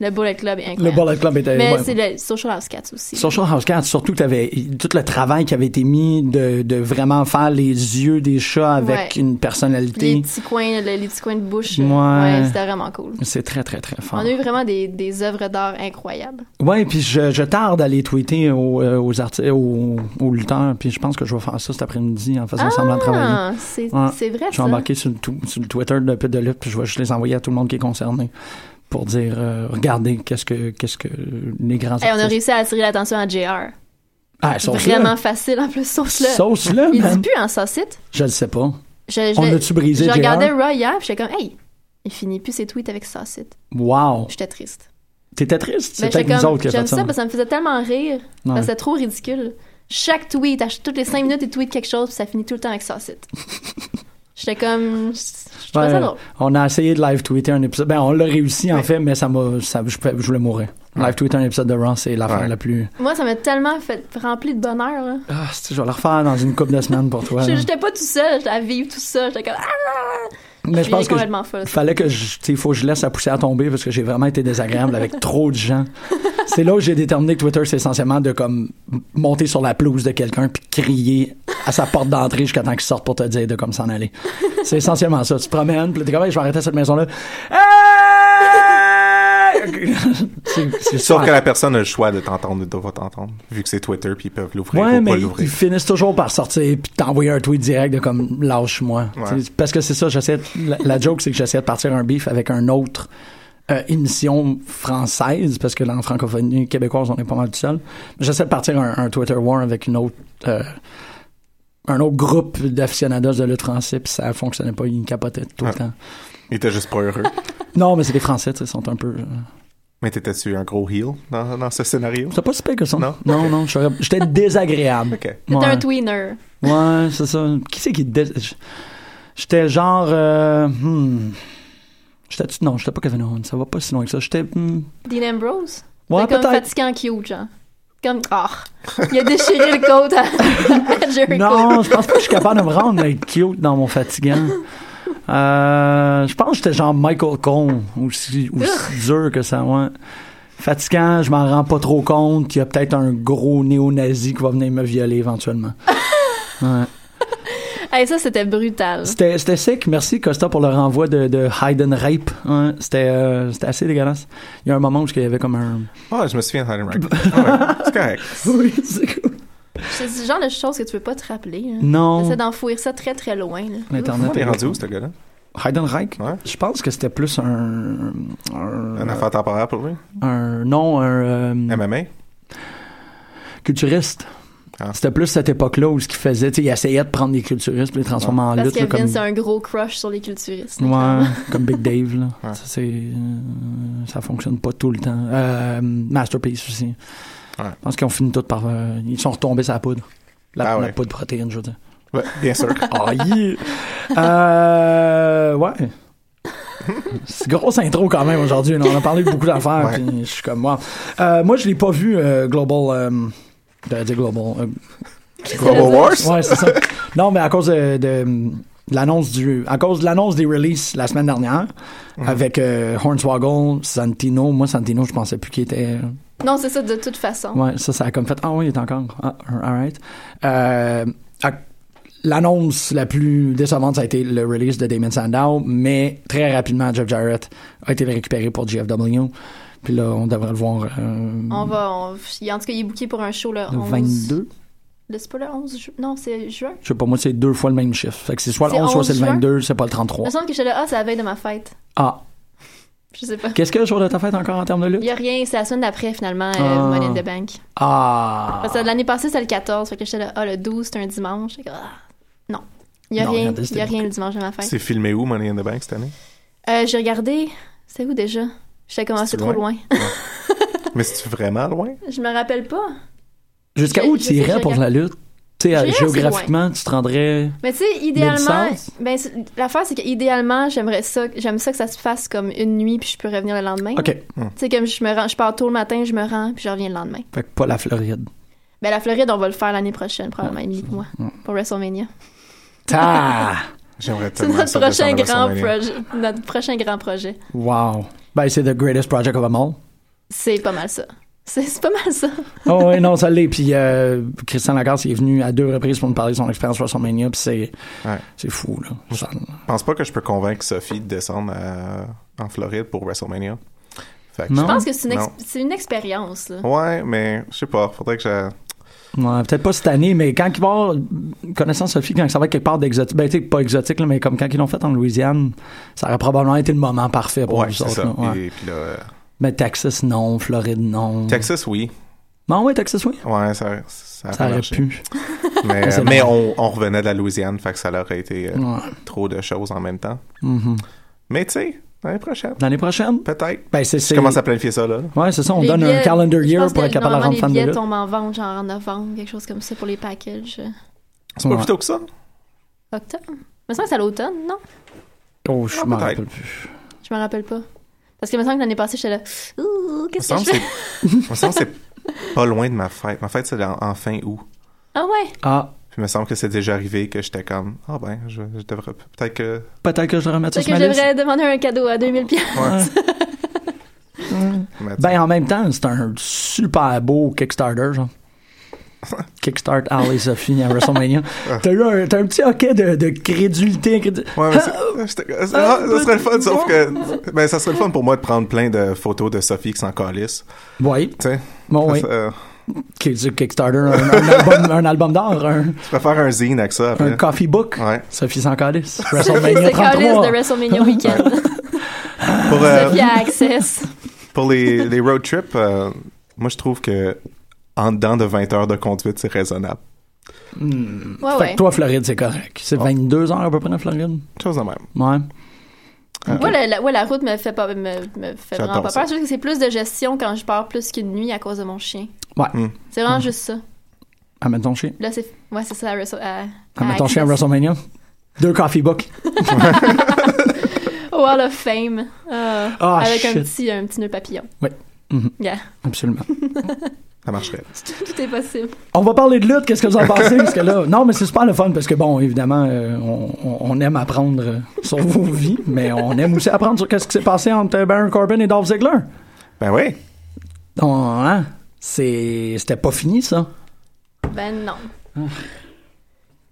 Speaker 2: le Bullet Club est
Speaker 1: Le
Speaker 2: incroyable.
Speaker 1: Bullet Club était...
Speaker 2: Mais
Speaker 1: ouais.
Speaker 2: c'est le Social House Cats aussi.
Speaker 1: Social House Cats, surtout que t'avais tout le travail qui avait été mis de, de vraiment faire les yeux des chats avec
Speaker 2: Ouais.
Speaker 1: une
Speaker 2: les
Speaker 1: personnalité.
Speaker 2: petits coins, le- les petits coins de bouche.
Speaker 1: Ouais.
Speaker 2: Ouais, c'était vraiment cool.
Speaker 1: C'est très, très, très fort.
Speaker 2: On a eu vraiment des, des œuvres d'art incroyables.
Speaker 1: Ouais, puis je, je tarde à les tweeter aux, euh, aux artistes, aux, aux lutteurs, puis je pense que je vais faire ça cet après-midi en faisant semblant de travailler.
Speaker 2: Ah, c'est
Speaker 1: Ouais.
Speaker 2: c'est vrai,
Speaker 1: Je vais
Speaker 2: ça.
Speaker 1: embarquer sur le, tw- sur le Twitter de Pit de Lutte, puis je vais juste les envoyer à tout le monde qui est concerné pour dire euh, regardez qu'est-ce que qu'est-ce que les grands
Speaker 2: Hey, Eh, on a
Speaker 1: artistes-
Speaker 2: réussi à attirer l'attention à JR.
Speaker 1: Ah, sauce
Speaker 2: Vraiment facile, en plus, sauce-là.
Speaker 1: Sauce là,
Speaker 2: Il dit plus en saucite.
Speaker 1: Je le sais pas.
Speaker 2: Je, je-
Speaker 1: On a-tu brisé
Speaker 2: Je
Speaker 1: JR?
Speaker 2: regardais Raw hier, puis j'étais comme, hey, il finit plus ses tweets avec saucite.
Speaker 1: Wow.
Speaker 2: J'étais triste.
Speaker 1: T'étais triste?
Speaker 2: Ben,
Speaker 1: C'est peut-être
Speaker 2: j'étais
Speaker 1: nous
Speaker 2: comme,
Speaker 1: autres qui a
Speaker 2: J'aime
Speaker 1: fait
Speaker 2: ça
Speaker 1: ça.
Speaker 2: parce que ça me faisait tellement rire.
Speaker 1: Ouais.
Speaker 2: Parce que c'était trop ridicule. Chaque tweet, à ch- toutes les 5 minutes, il tweet quelque chose, puis ça finit tout le temps avec saucite. J'étais comme. Je trouvais ça
Speaker 1: Ouais.
Speaker 2: drôle.
Speaker 1: On a essayé de live tweeter un épisode. Ben, on l'a réussi en fait, mais ça m'a. ça- je, pouvais- je voulais mourir. Live tweeter un épisode de Raw, c'est l'affaire
Speaker 3: Ouais.
Speaker 1: la plus.
Speaker 2: Moi, ça m'a tellement fait rempli de bonheur. là.
Speaker 1: Ah, c'est- je vais le refaire dans une couple de semaines pour toi.
Speaker 2: J'étais-
Speaker 1: là.
Speaker 2: J'étais pas tout seul, j'étais à vivre tout ça. J'étais comme. Ah!
Speaker 1: mais je
Speaker 2: Puis
Speaker 1: pense que.
Speaker 2: complètement folle.
Speaker 1: Il fallait que je, tu sais, faut que je laisse la poussière tomber parce que j'ai vraiment été désagréable avec trop de gens. C'est là où j'ai déterminé que Twitter, c'est essentiellement de comme monter sur la pelouse de quelqu'un puis crier à sa porte d'entrée jusqu'à temps qu'il sorte pour te dire de comme s'en aller. C'est essentiellement ça. Tu te promènes, puis t'es comme, Hey, je vais arrêter à cette maison-là. Hey! c'est c'est
Speaker 3: Sauf
Speaker 1: ça.
Speaker 3: que la personne a le choix de t'entendre ou de pas t'entendre, vu que c'est Twitter, puis ils peuvent l'ouvrir
Speaker 1: Ouais,
Speaker 3: ou
Speaker 1: mais
Speaker 3: pas
Speaker 1: ils ils
Speaker 3: l'ouvrir.
Speaker 1: finissent toujours par sortir puis t'envoyer un tweet direct de comme lâche-moi.
Speaker 3: Ouais.
Speaker 1: Parce que c'est ça, j'essaie. La, la joke, c'est que j'essaie de partir un beef avec un autre euh, émission française, parce que dans la francophonie québécoise, on est pas mal tout seul. J'essaie de partir un, un Twitter war avec une autre, euh, un autre groupe d'aficionados de lutte français, puis ça fonctionnait pas, ils capotaient tout le
Speaker 3: Ah.
Speaker 1: temps.
Speaker 3: Il était juste pas heureux.
Speaker 1: Non, mais c'est les Français, tu sais, sont un peu... euh,
Speaker 3: Mais t'étais-tu un gros heel dans, dans ce scénario?
Speaker 1: C'est pas si pire que ça.
Speaker 3: Non?
Speaker 1: non,
Speaker 3: Ok.
Speaker 1: non, j'aurais- j'étais désagréable.
Speaker 3: Ok.
Speaker 2: T'es
Speaker 1: Ouais.
Speaker 2: un tweener.
Speaker 1: Ouais, c'est ça. Qui c'est qui. dé- j- J'étais genre. euh, hmm. J'étais. Non, j'étais pas Kevin Owens. Ça va pas si loin que ça. J'étais. hmm,
Speaker 2: Dean Ambrose.
Speaker 1: Ouais,
Speaker 2: C'est comme
Speaker 1: peut-être.
Speaker 2: fatigant cute, genre. Comme, ah, il a déchiré le code à, à Jericho.
Speaker 1: Non, je pense pas que je suis capable de me rendre à être cute dans mon fatigant. Euh, je pense que j'étais genre Michael Cohn, aussi, aussi dur que ça, ouais. Fatigant, je m'en rends pas trop compte. Il y a peut-être un gros néo-nazi qui va venir me violer éventuellement. Ouais.
Speaker 2: Hey, ça, c'était brutal.
Speaker 1: C'était c'était sick. Merci, Costa, pour le renvoi de, de Hayden Rape. Ouais, C'était euh, c'était assez dégueulasse. Il y a un moment où il y avait comme un...
Speaker 3: Ah, je me souviens de Hiding Rack. Ah ouais, c'est correct.
Speaker 1: Oui, c'est cool.
Speaker 2: C'est ce genre de choses que tu veux pas te rappeler. Hein.
Speaker 1: Non,
Speaker 2: Essaie d'enfouir ça très, très loin. là.
Speaker 1: l'Internet
Speaker 3: T'es rendu où, ce gars-là?
Speaker 1: Hayden Rape?
Speaker 3: Ouais.
Speaker 1: Je pense que c'était plus un... Un,
Speaker 3: Une affaire temporaire pour lui?
Speaker 1: un- non, un euh,
Speaker 3: MMA?
Speaker 1: culturiste.
Speaker 3: Ah.
Speaker 1: C'était plus cette époque-là où ce qu'il faisait, tu sais, il essayait de prendre des culturistes puis les transformer en
Speaker 2: Parce
Speaker 1: lutte.
Speaker 2: que
Speaker 1: là,
Speaker 2: Vince
Speaker 1: comme...
Speaker 2: a un gros crush sur les culturistes.
Speaker 1: Ouais, comme Big Dave, là.
Speaker 3: Ouais.
Speaker 1: Ça, c'est, euh, ça fonctionne pas tout le temps. Euh, Masterpiece aussi.
Speaker 3: Ouais.
Speaker 1: Je pense qu'ils ont fini tout par. euh, ils sont retombés sur la poudre. La,
Speaker 3: Ah
Speaker 1: la
Speaker 3: ouais.
Speaker 1: poudre protéine, je veux dire.
Speaker 3: Ouais, bien sûr.
Speaker 1: Oh, yeah. euh, ouais. C'est grosse intro quand même aujourd'hui. là. On a parlé de beaucoup d'affaires.
Speaker 3: Ouais.
Speaker 1: puis Je suis comme moi. Euh, moi, je l'ai pas vu euh, Global. Euh, j'allais dire Global. euh,
Speaker 3: Global Wars?
Speaker 1: Ouais, c'est ça. Non, mais à cause de, de, de l'annonce du, à cause de l'annonce des releases la semaine dernière,
Speaker 3: Mhm.
Speaker 1: avec euh, Hornswoggle, Santino. Moi, Santino, je pensais plus qu'il était. euh,
Speaker 2: Non, c'est ça, de toute façon.
Speaker 1: Ouais, ça, ça a comme fait. Ah oui, il est encore. Ah, alright. Euh, à- L'annonce la plus décevante, ça a été le release de Damon Sandow, mais très rapidement, Jeff Jarrett a été récupéré pour GFW. Puis là, on devrait le voir. euh,
Speaker 2: On va... on- il- En tout cas, il est booké pour un show le
Speaker 1: le
Speaker 2: 11...
Speaker 1: 22.
Speaker 2: Le- C'est pas le 11 ju- Non, c'est juin.
Speaker 1: Je sais pas, moi, c'est deux fois le même chiffre. Fait que c'est soit le
Speaker 2: C'est
Speaker 1: 11, soit c'est le
Speaker 2: 11 juin?
Speaker 1: 22, c'est pas le
Speaker 2: Il
Speaker 1: 33.
Speaker 2: me semble que j'étais là, ah, c'est la veille de ma fête.
Speaker 1: Ah,
Speaker 2: Je sais pas.
Speaker 1: qu'est-ce que le jour de ta fête encore en termes de
Speaker 2: Il
Speaker 1: lutte?
Speaker 2: y a rien, c'est la semaine d'après, finalement, euh,
Speaker 1: Ah.
Speaker 2: Money in the Bank.
Speaker 1: Ah!
Speaker 2: Parce que l'année passée, c'était le 14, fait que j'étais là, ah, le 12, c'est un dimanche. J'étais comme, Ah, non. Il y a
Speaker 1: Non,
Speaker 2: rien,
Speaker 1: regardez,
Speaker 2: il y a
Speaker 1: c'était
Speaker 2: rien le dimanche de ma fête.
Speaker 3: C'est filmé où, Money in the Bank, cette année?
Speaker 2: Euh, j'ai regardé, c'est où déjà? J'étais commencé
Speaker 3: C'est
Speaker 2: trop loin.
Speaker 3: Mais c'est-tu vraiment loin?
Speaker 2: je me rappelle pas.
Speaker 1: Jusqu'à
Speaker 2: je-
Speaker 1: où
Speaker 2: je
Speaker 1: tu
Speaker 2: sais,
Speaker 1: irais
Speaker 2: je
Speaker 1: pour la
Speaker 2: regarde.
Speaker 1: lutte? Tu sais,
Speaker 2: J'irais assez
Speaker 1: géographiquement, tu te rendrais.
Speaker 2: Mais tu sais, idéalement,
Speaker 1: Mid-South?
Speaker 2: ben, c'est- l'affaire, c'est que idéalement, j'aimerais ça, j'aime ça que ça se fasse comme une nuit, puis je peux revenir le lendemain.
Speaker 1: Ok,
Speaker 2: Tu sais, comme je me rends, je pars tôt le matin, je me rends, puis je reviens le lendemain.
Speaker 1: fait que pas la Floride.
Speaker 2: Ben, la Floride, on va le faire l'année prochaine, probablement, Émilie, pour moi,
Speaker 1: Ouais.
Speaker 2: pour WrestleMania.
Speaker 1: Ah!
Speaker 3: J'aimerais
Speaker 2: C'est
Speaker 3: tellement
Speaker 2: notre
Speaker 3: ça
Speaker 2: prochain
Speaker 3: descendre à
Speaker 2: grand
Speaker 3: WrestleMania.
Speaker 2: projet, notre prochain grand projet.
Speaker 1: Wow. Ben, c'est the greatest project of them all.
Speaker 2: C'est pas mal ça. C'est c'est pas mal ça.
Speaker 1: Oh, oui, non, ça l'est. Puis euh, Christian Lagarde il est venu à deux reprises pour nous parler de son expérience WrestleMania, puis c'est
Speaker 3: Ouais.
Speaker 1: c'est fou, là. Ça-
Speaker 3: Je pense pas que je peux convaincre Sophie de descendre à- en Floride pour WrestleMania. Fait que
Speaker 1: Non.
Speaker 2: Je pense que c'est une, ex-
Speaker 3: Non.
Speaker 2: c'est une expérience. là.
Speaker 3: Ouais, mais je sais pas. Faudrait que je.
Speaker 1: Ouais, peut-être pas cette année, mais quand il va, avoir- connaissant Sophie, quand ça va être quelque part d'exotique, ben, tu sais, pas exotique, là, mais comme quand ils l'ont fait en Louisiane, ça aurait probablement été le moment parfait pour
Speaker 3: Ouais,
Speaker 1: nous
Speaker 3: c'est
Speaker 1: autres.
Speaker 3: ça.
Speaker 1: là, ouais. Mm.
Speaker 3: Et puis là, euh,
Speaker 1: Mais Texas, non. Floride, non.
Speaker 3: Texas, oui.
Speaker 1: Non, ouais, Texas, oui.
Speaker 3: Ouais, ça, ça, a
Speaker 1: Ça aurait
Speaker 3: marché.
Speaker 1: pu.
Speaker 3: Mais,
Speaker 1: C'est
Speaker 3: mais
Speaker 1: bon.
Speaker 3: on, on revenait de la Louisiane, fait que ça leur a été euh,
Speaker 1: Ouais.
Speaker 3: trop de choses en même temps.
Speaker 1: Mhm.
Speaker 3: Mais tu sais, l'année prochaine,
Speaker 1: L'année prochaine?
Speaker 3: peut-être.
Speaker 1: Ben, c'est. c'est-
Speaker 3: Je commence à planifier ça, là.
Speaker 1: Ouais, c'est ça, on
Speaker 2: Les
Speaker 1: donne un
Speaker 2: billets-
Speaker 1: calendar
Speaker 2: je
Speaker 1: year
Speaker 2: pense
Speaker 1: pour
Speaker 2: que
Speaker 1: être capable de
Speaker 2: normalement,
Speaker 1: rendre fan de
Speaker 2: Les billets
Speaker 1: lutte.
Speaker 2: tombent en vente, genre en novembre, quelque chose comme ça pour les packages. euh,
Speaker 3: C'est pas
Speaker 1: Ouais.
Speaker 3: plus tôt que ça.
Speaker 2: Octobre? Mais ça, c'est à l'automne, non?
Speaker 1: Oh, je
Speaker 3: Ah,
Speaker 1: m'en
Speaker 3: peut-être.
Speaker 1: rappelle plus.
Speaker 2: Je me rappelle pas. Parce que me semble que l'année passée, j'étais là, ouh,
Speaker 3: Il me
Speaker 2: qu'est-ce que je
Speaker 3: semble que
Speaker 2: fais?
Speaker 3: c'est- il me semble que c'est pas loin de ma fête. Ma fête, c'est en, en fin août.
Speaker 2: Ah ouais!
Speaker 1: Ah,
Speaker 3: Puis il me semble que c'est déjà arrivé que j'étais comme, ah ben, je, je devrais. Peut-être que.
Speaker 1: peut-être que je remets ça sur
Speaker 2: Peut-être que
Speaker 1: ma
Speaker 2: je
Speaker 1: liste.
Speaker 2: devrais demander un cadeau à 2000 pièces.
Speaker 3: Ouais.
Speaker 1: Ben, en même temps, c'est un super beau Kickstarter, genre. Kickstart Ali Sophie à WrestleMania. T'as eu un, t'as un petit hockey de, de crédulité. incrédu-
Speaker 3: Ouais, mais c'est- j'étais- ah, ça serait le fun, sauf que. Ben, ça serait le fun pour moi de prendre plein de photos de Sophie qui s'en calisse.
Speaker 1: Oui,
Speaker 3: Tu sais.
Speaker 1: bon, Oh oui.
Speaker 3: Ça, euh,
Speaker 1: Qui est du Kickstarter, un, un album, un album d'art, un,
Speaker 3: je peux faire un zine avec ça après.
Speaker 1: un coffee book.
Speaker 3: Ouais.
Speaker 1: Sophie sans calice.
Speaker 2: C'est
Speaker 1: WrestleMania
Speaker 2: Callis
Speaker 1: 33.
Speaker 2: de WrestleMania Weekend.
Speaker 3: Pour, euh,
Speaker 2: Sophia Access.
Speaker 3: pour les, les road trips, euh, moi, je trouve que en dedans de 20 heures de conduite, c'est raisonnable.
Speaker 1: Hmm.
Speaker 2: Ouais,
Speaker 1: Fait
Speaker 2: ouais.
Speaker 1: que toi, Floride, c'est correct. C'est 22 heures à peu près en Floride.
Speaker 3: Chose de même.
Speaker 1: Ouais.
Speaker 2: Ouais, la, la- ouais, la route me fait, pas, me, me fait
Speaker 3: J'adore
Speaker 2: vraiment pas
Speaker 3: ça.
Speaker 2: peur. C'est juste que c'est plus de gestion quand je pars plus qu'une nuit à cause de mon chien.
Speaker 1: Ouais.
Speaker 3: Mm.
Speaker 2: C'est vraiment juste ça.
Speaker 1: Amène ton chien.
Speaker 2: Là, c'est. Ouais, c'est ça, à, Wrestle- à,
Speaker 1: Amène ton chien à
Speaker 2: Access.
Speaker 1: WrestleMania. Deux coffee bucks.
Speaker 2: Wall of Fame. Ah,
Speaker 1: Ah,
Speaker 2: avec un
Speaker 1: shit.
Speaker 2: petit, un petit nœud papillon.
Speaker 1: Oui. Mhm.
Speaker 2: Yeah.
Speaker 1: Absolument.
Speaker 3: Ça marcherait.
Speaker 2: Tout est possible.
Speaker 1: On va parler de lutte, qu'est-ce que vous en pensez? Parce que là, non, mais c'est super le fun parce que, bon, évidemment, euh, on, on- on aime apprendre euh, sur vos vies, mais on aime aussi apprendre sur qu'est-ce qui s'est passé entre euh, Baron Corbin et Dolph Ziggler.
Speaker 3: Ben oui.
Speaker 1: Donc, hein, c'est- c'était pas fini, ça.
Speaker 2: Ben non.
Speaker 1: Ah.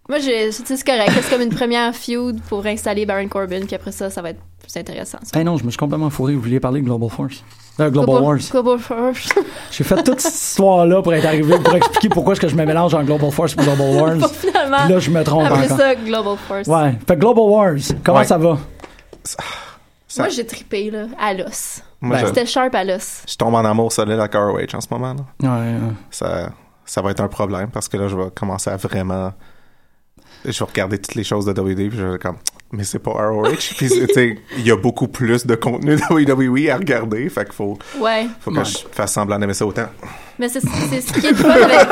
Speaker 2: Moi, je, tu sais, c'est correct. C'est comme une première feud pour installer Baron Corbin, puis après ça, ça va être plus intéressant. ça.
Speaker 1: Eh non, je me suis complètement fourré, vous vouliez parler de Global Force. Euh, Global
Speaker 2: Global-
Speaker 1: Wars.
Speaker 2: Global Force.
Speaker 1: J'ai fait toute cette histoire-là pour être arrivé, pour expliquer pourquoi est-ce que je me mélange en Global Force et Global Wars.
Speaker 2: Pour finalement.
Speaker 1: Puis là, je me trompe
Speaker 2: après
Speaker 1: encore.
Speaker 2: ça, Global Force.
Speaker 1: Ouais. Fait que Global Wars, comment
Speaker 3: Ouais.
Speaker 1: ça va?
Speaker 3: Ça-
Speaker 2: Moi, j'ai trippé, là, à l'os.
Speaker 3: moi,
Speaker 1: ben,
Speaker 3: je,
Speaker 2: C'était sharp à l'os.
Speaker 3: je tombe en amour solide avec ROH en ce moment. là.
Speaker 1: Ouais, ouais.
Speaker 3: Ça, ça va être un problème parce que là, je vais commencer à vraiment. Je vais regarder toutes les choses de WWE puis je vais comme. Mais c'est pas ROH. puis, tu sais, il y a beaucoup plus de contenu de WWE à regarder. Fait qu'il faut,
Speaker 2: Ouais.
Speaker 3: faut que je fasse semblant d'aimer ça autant.
Speaker 2: Mais c'est c'est ce qui est le fun avec.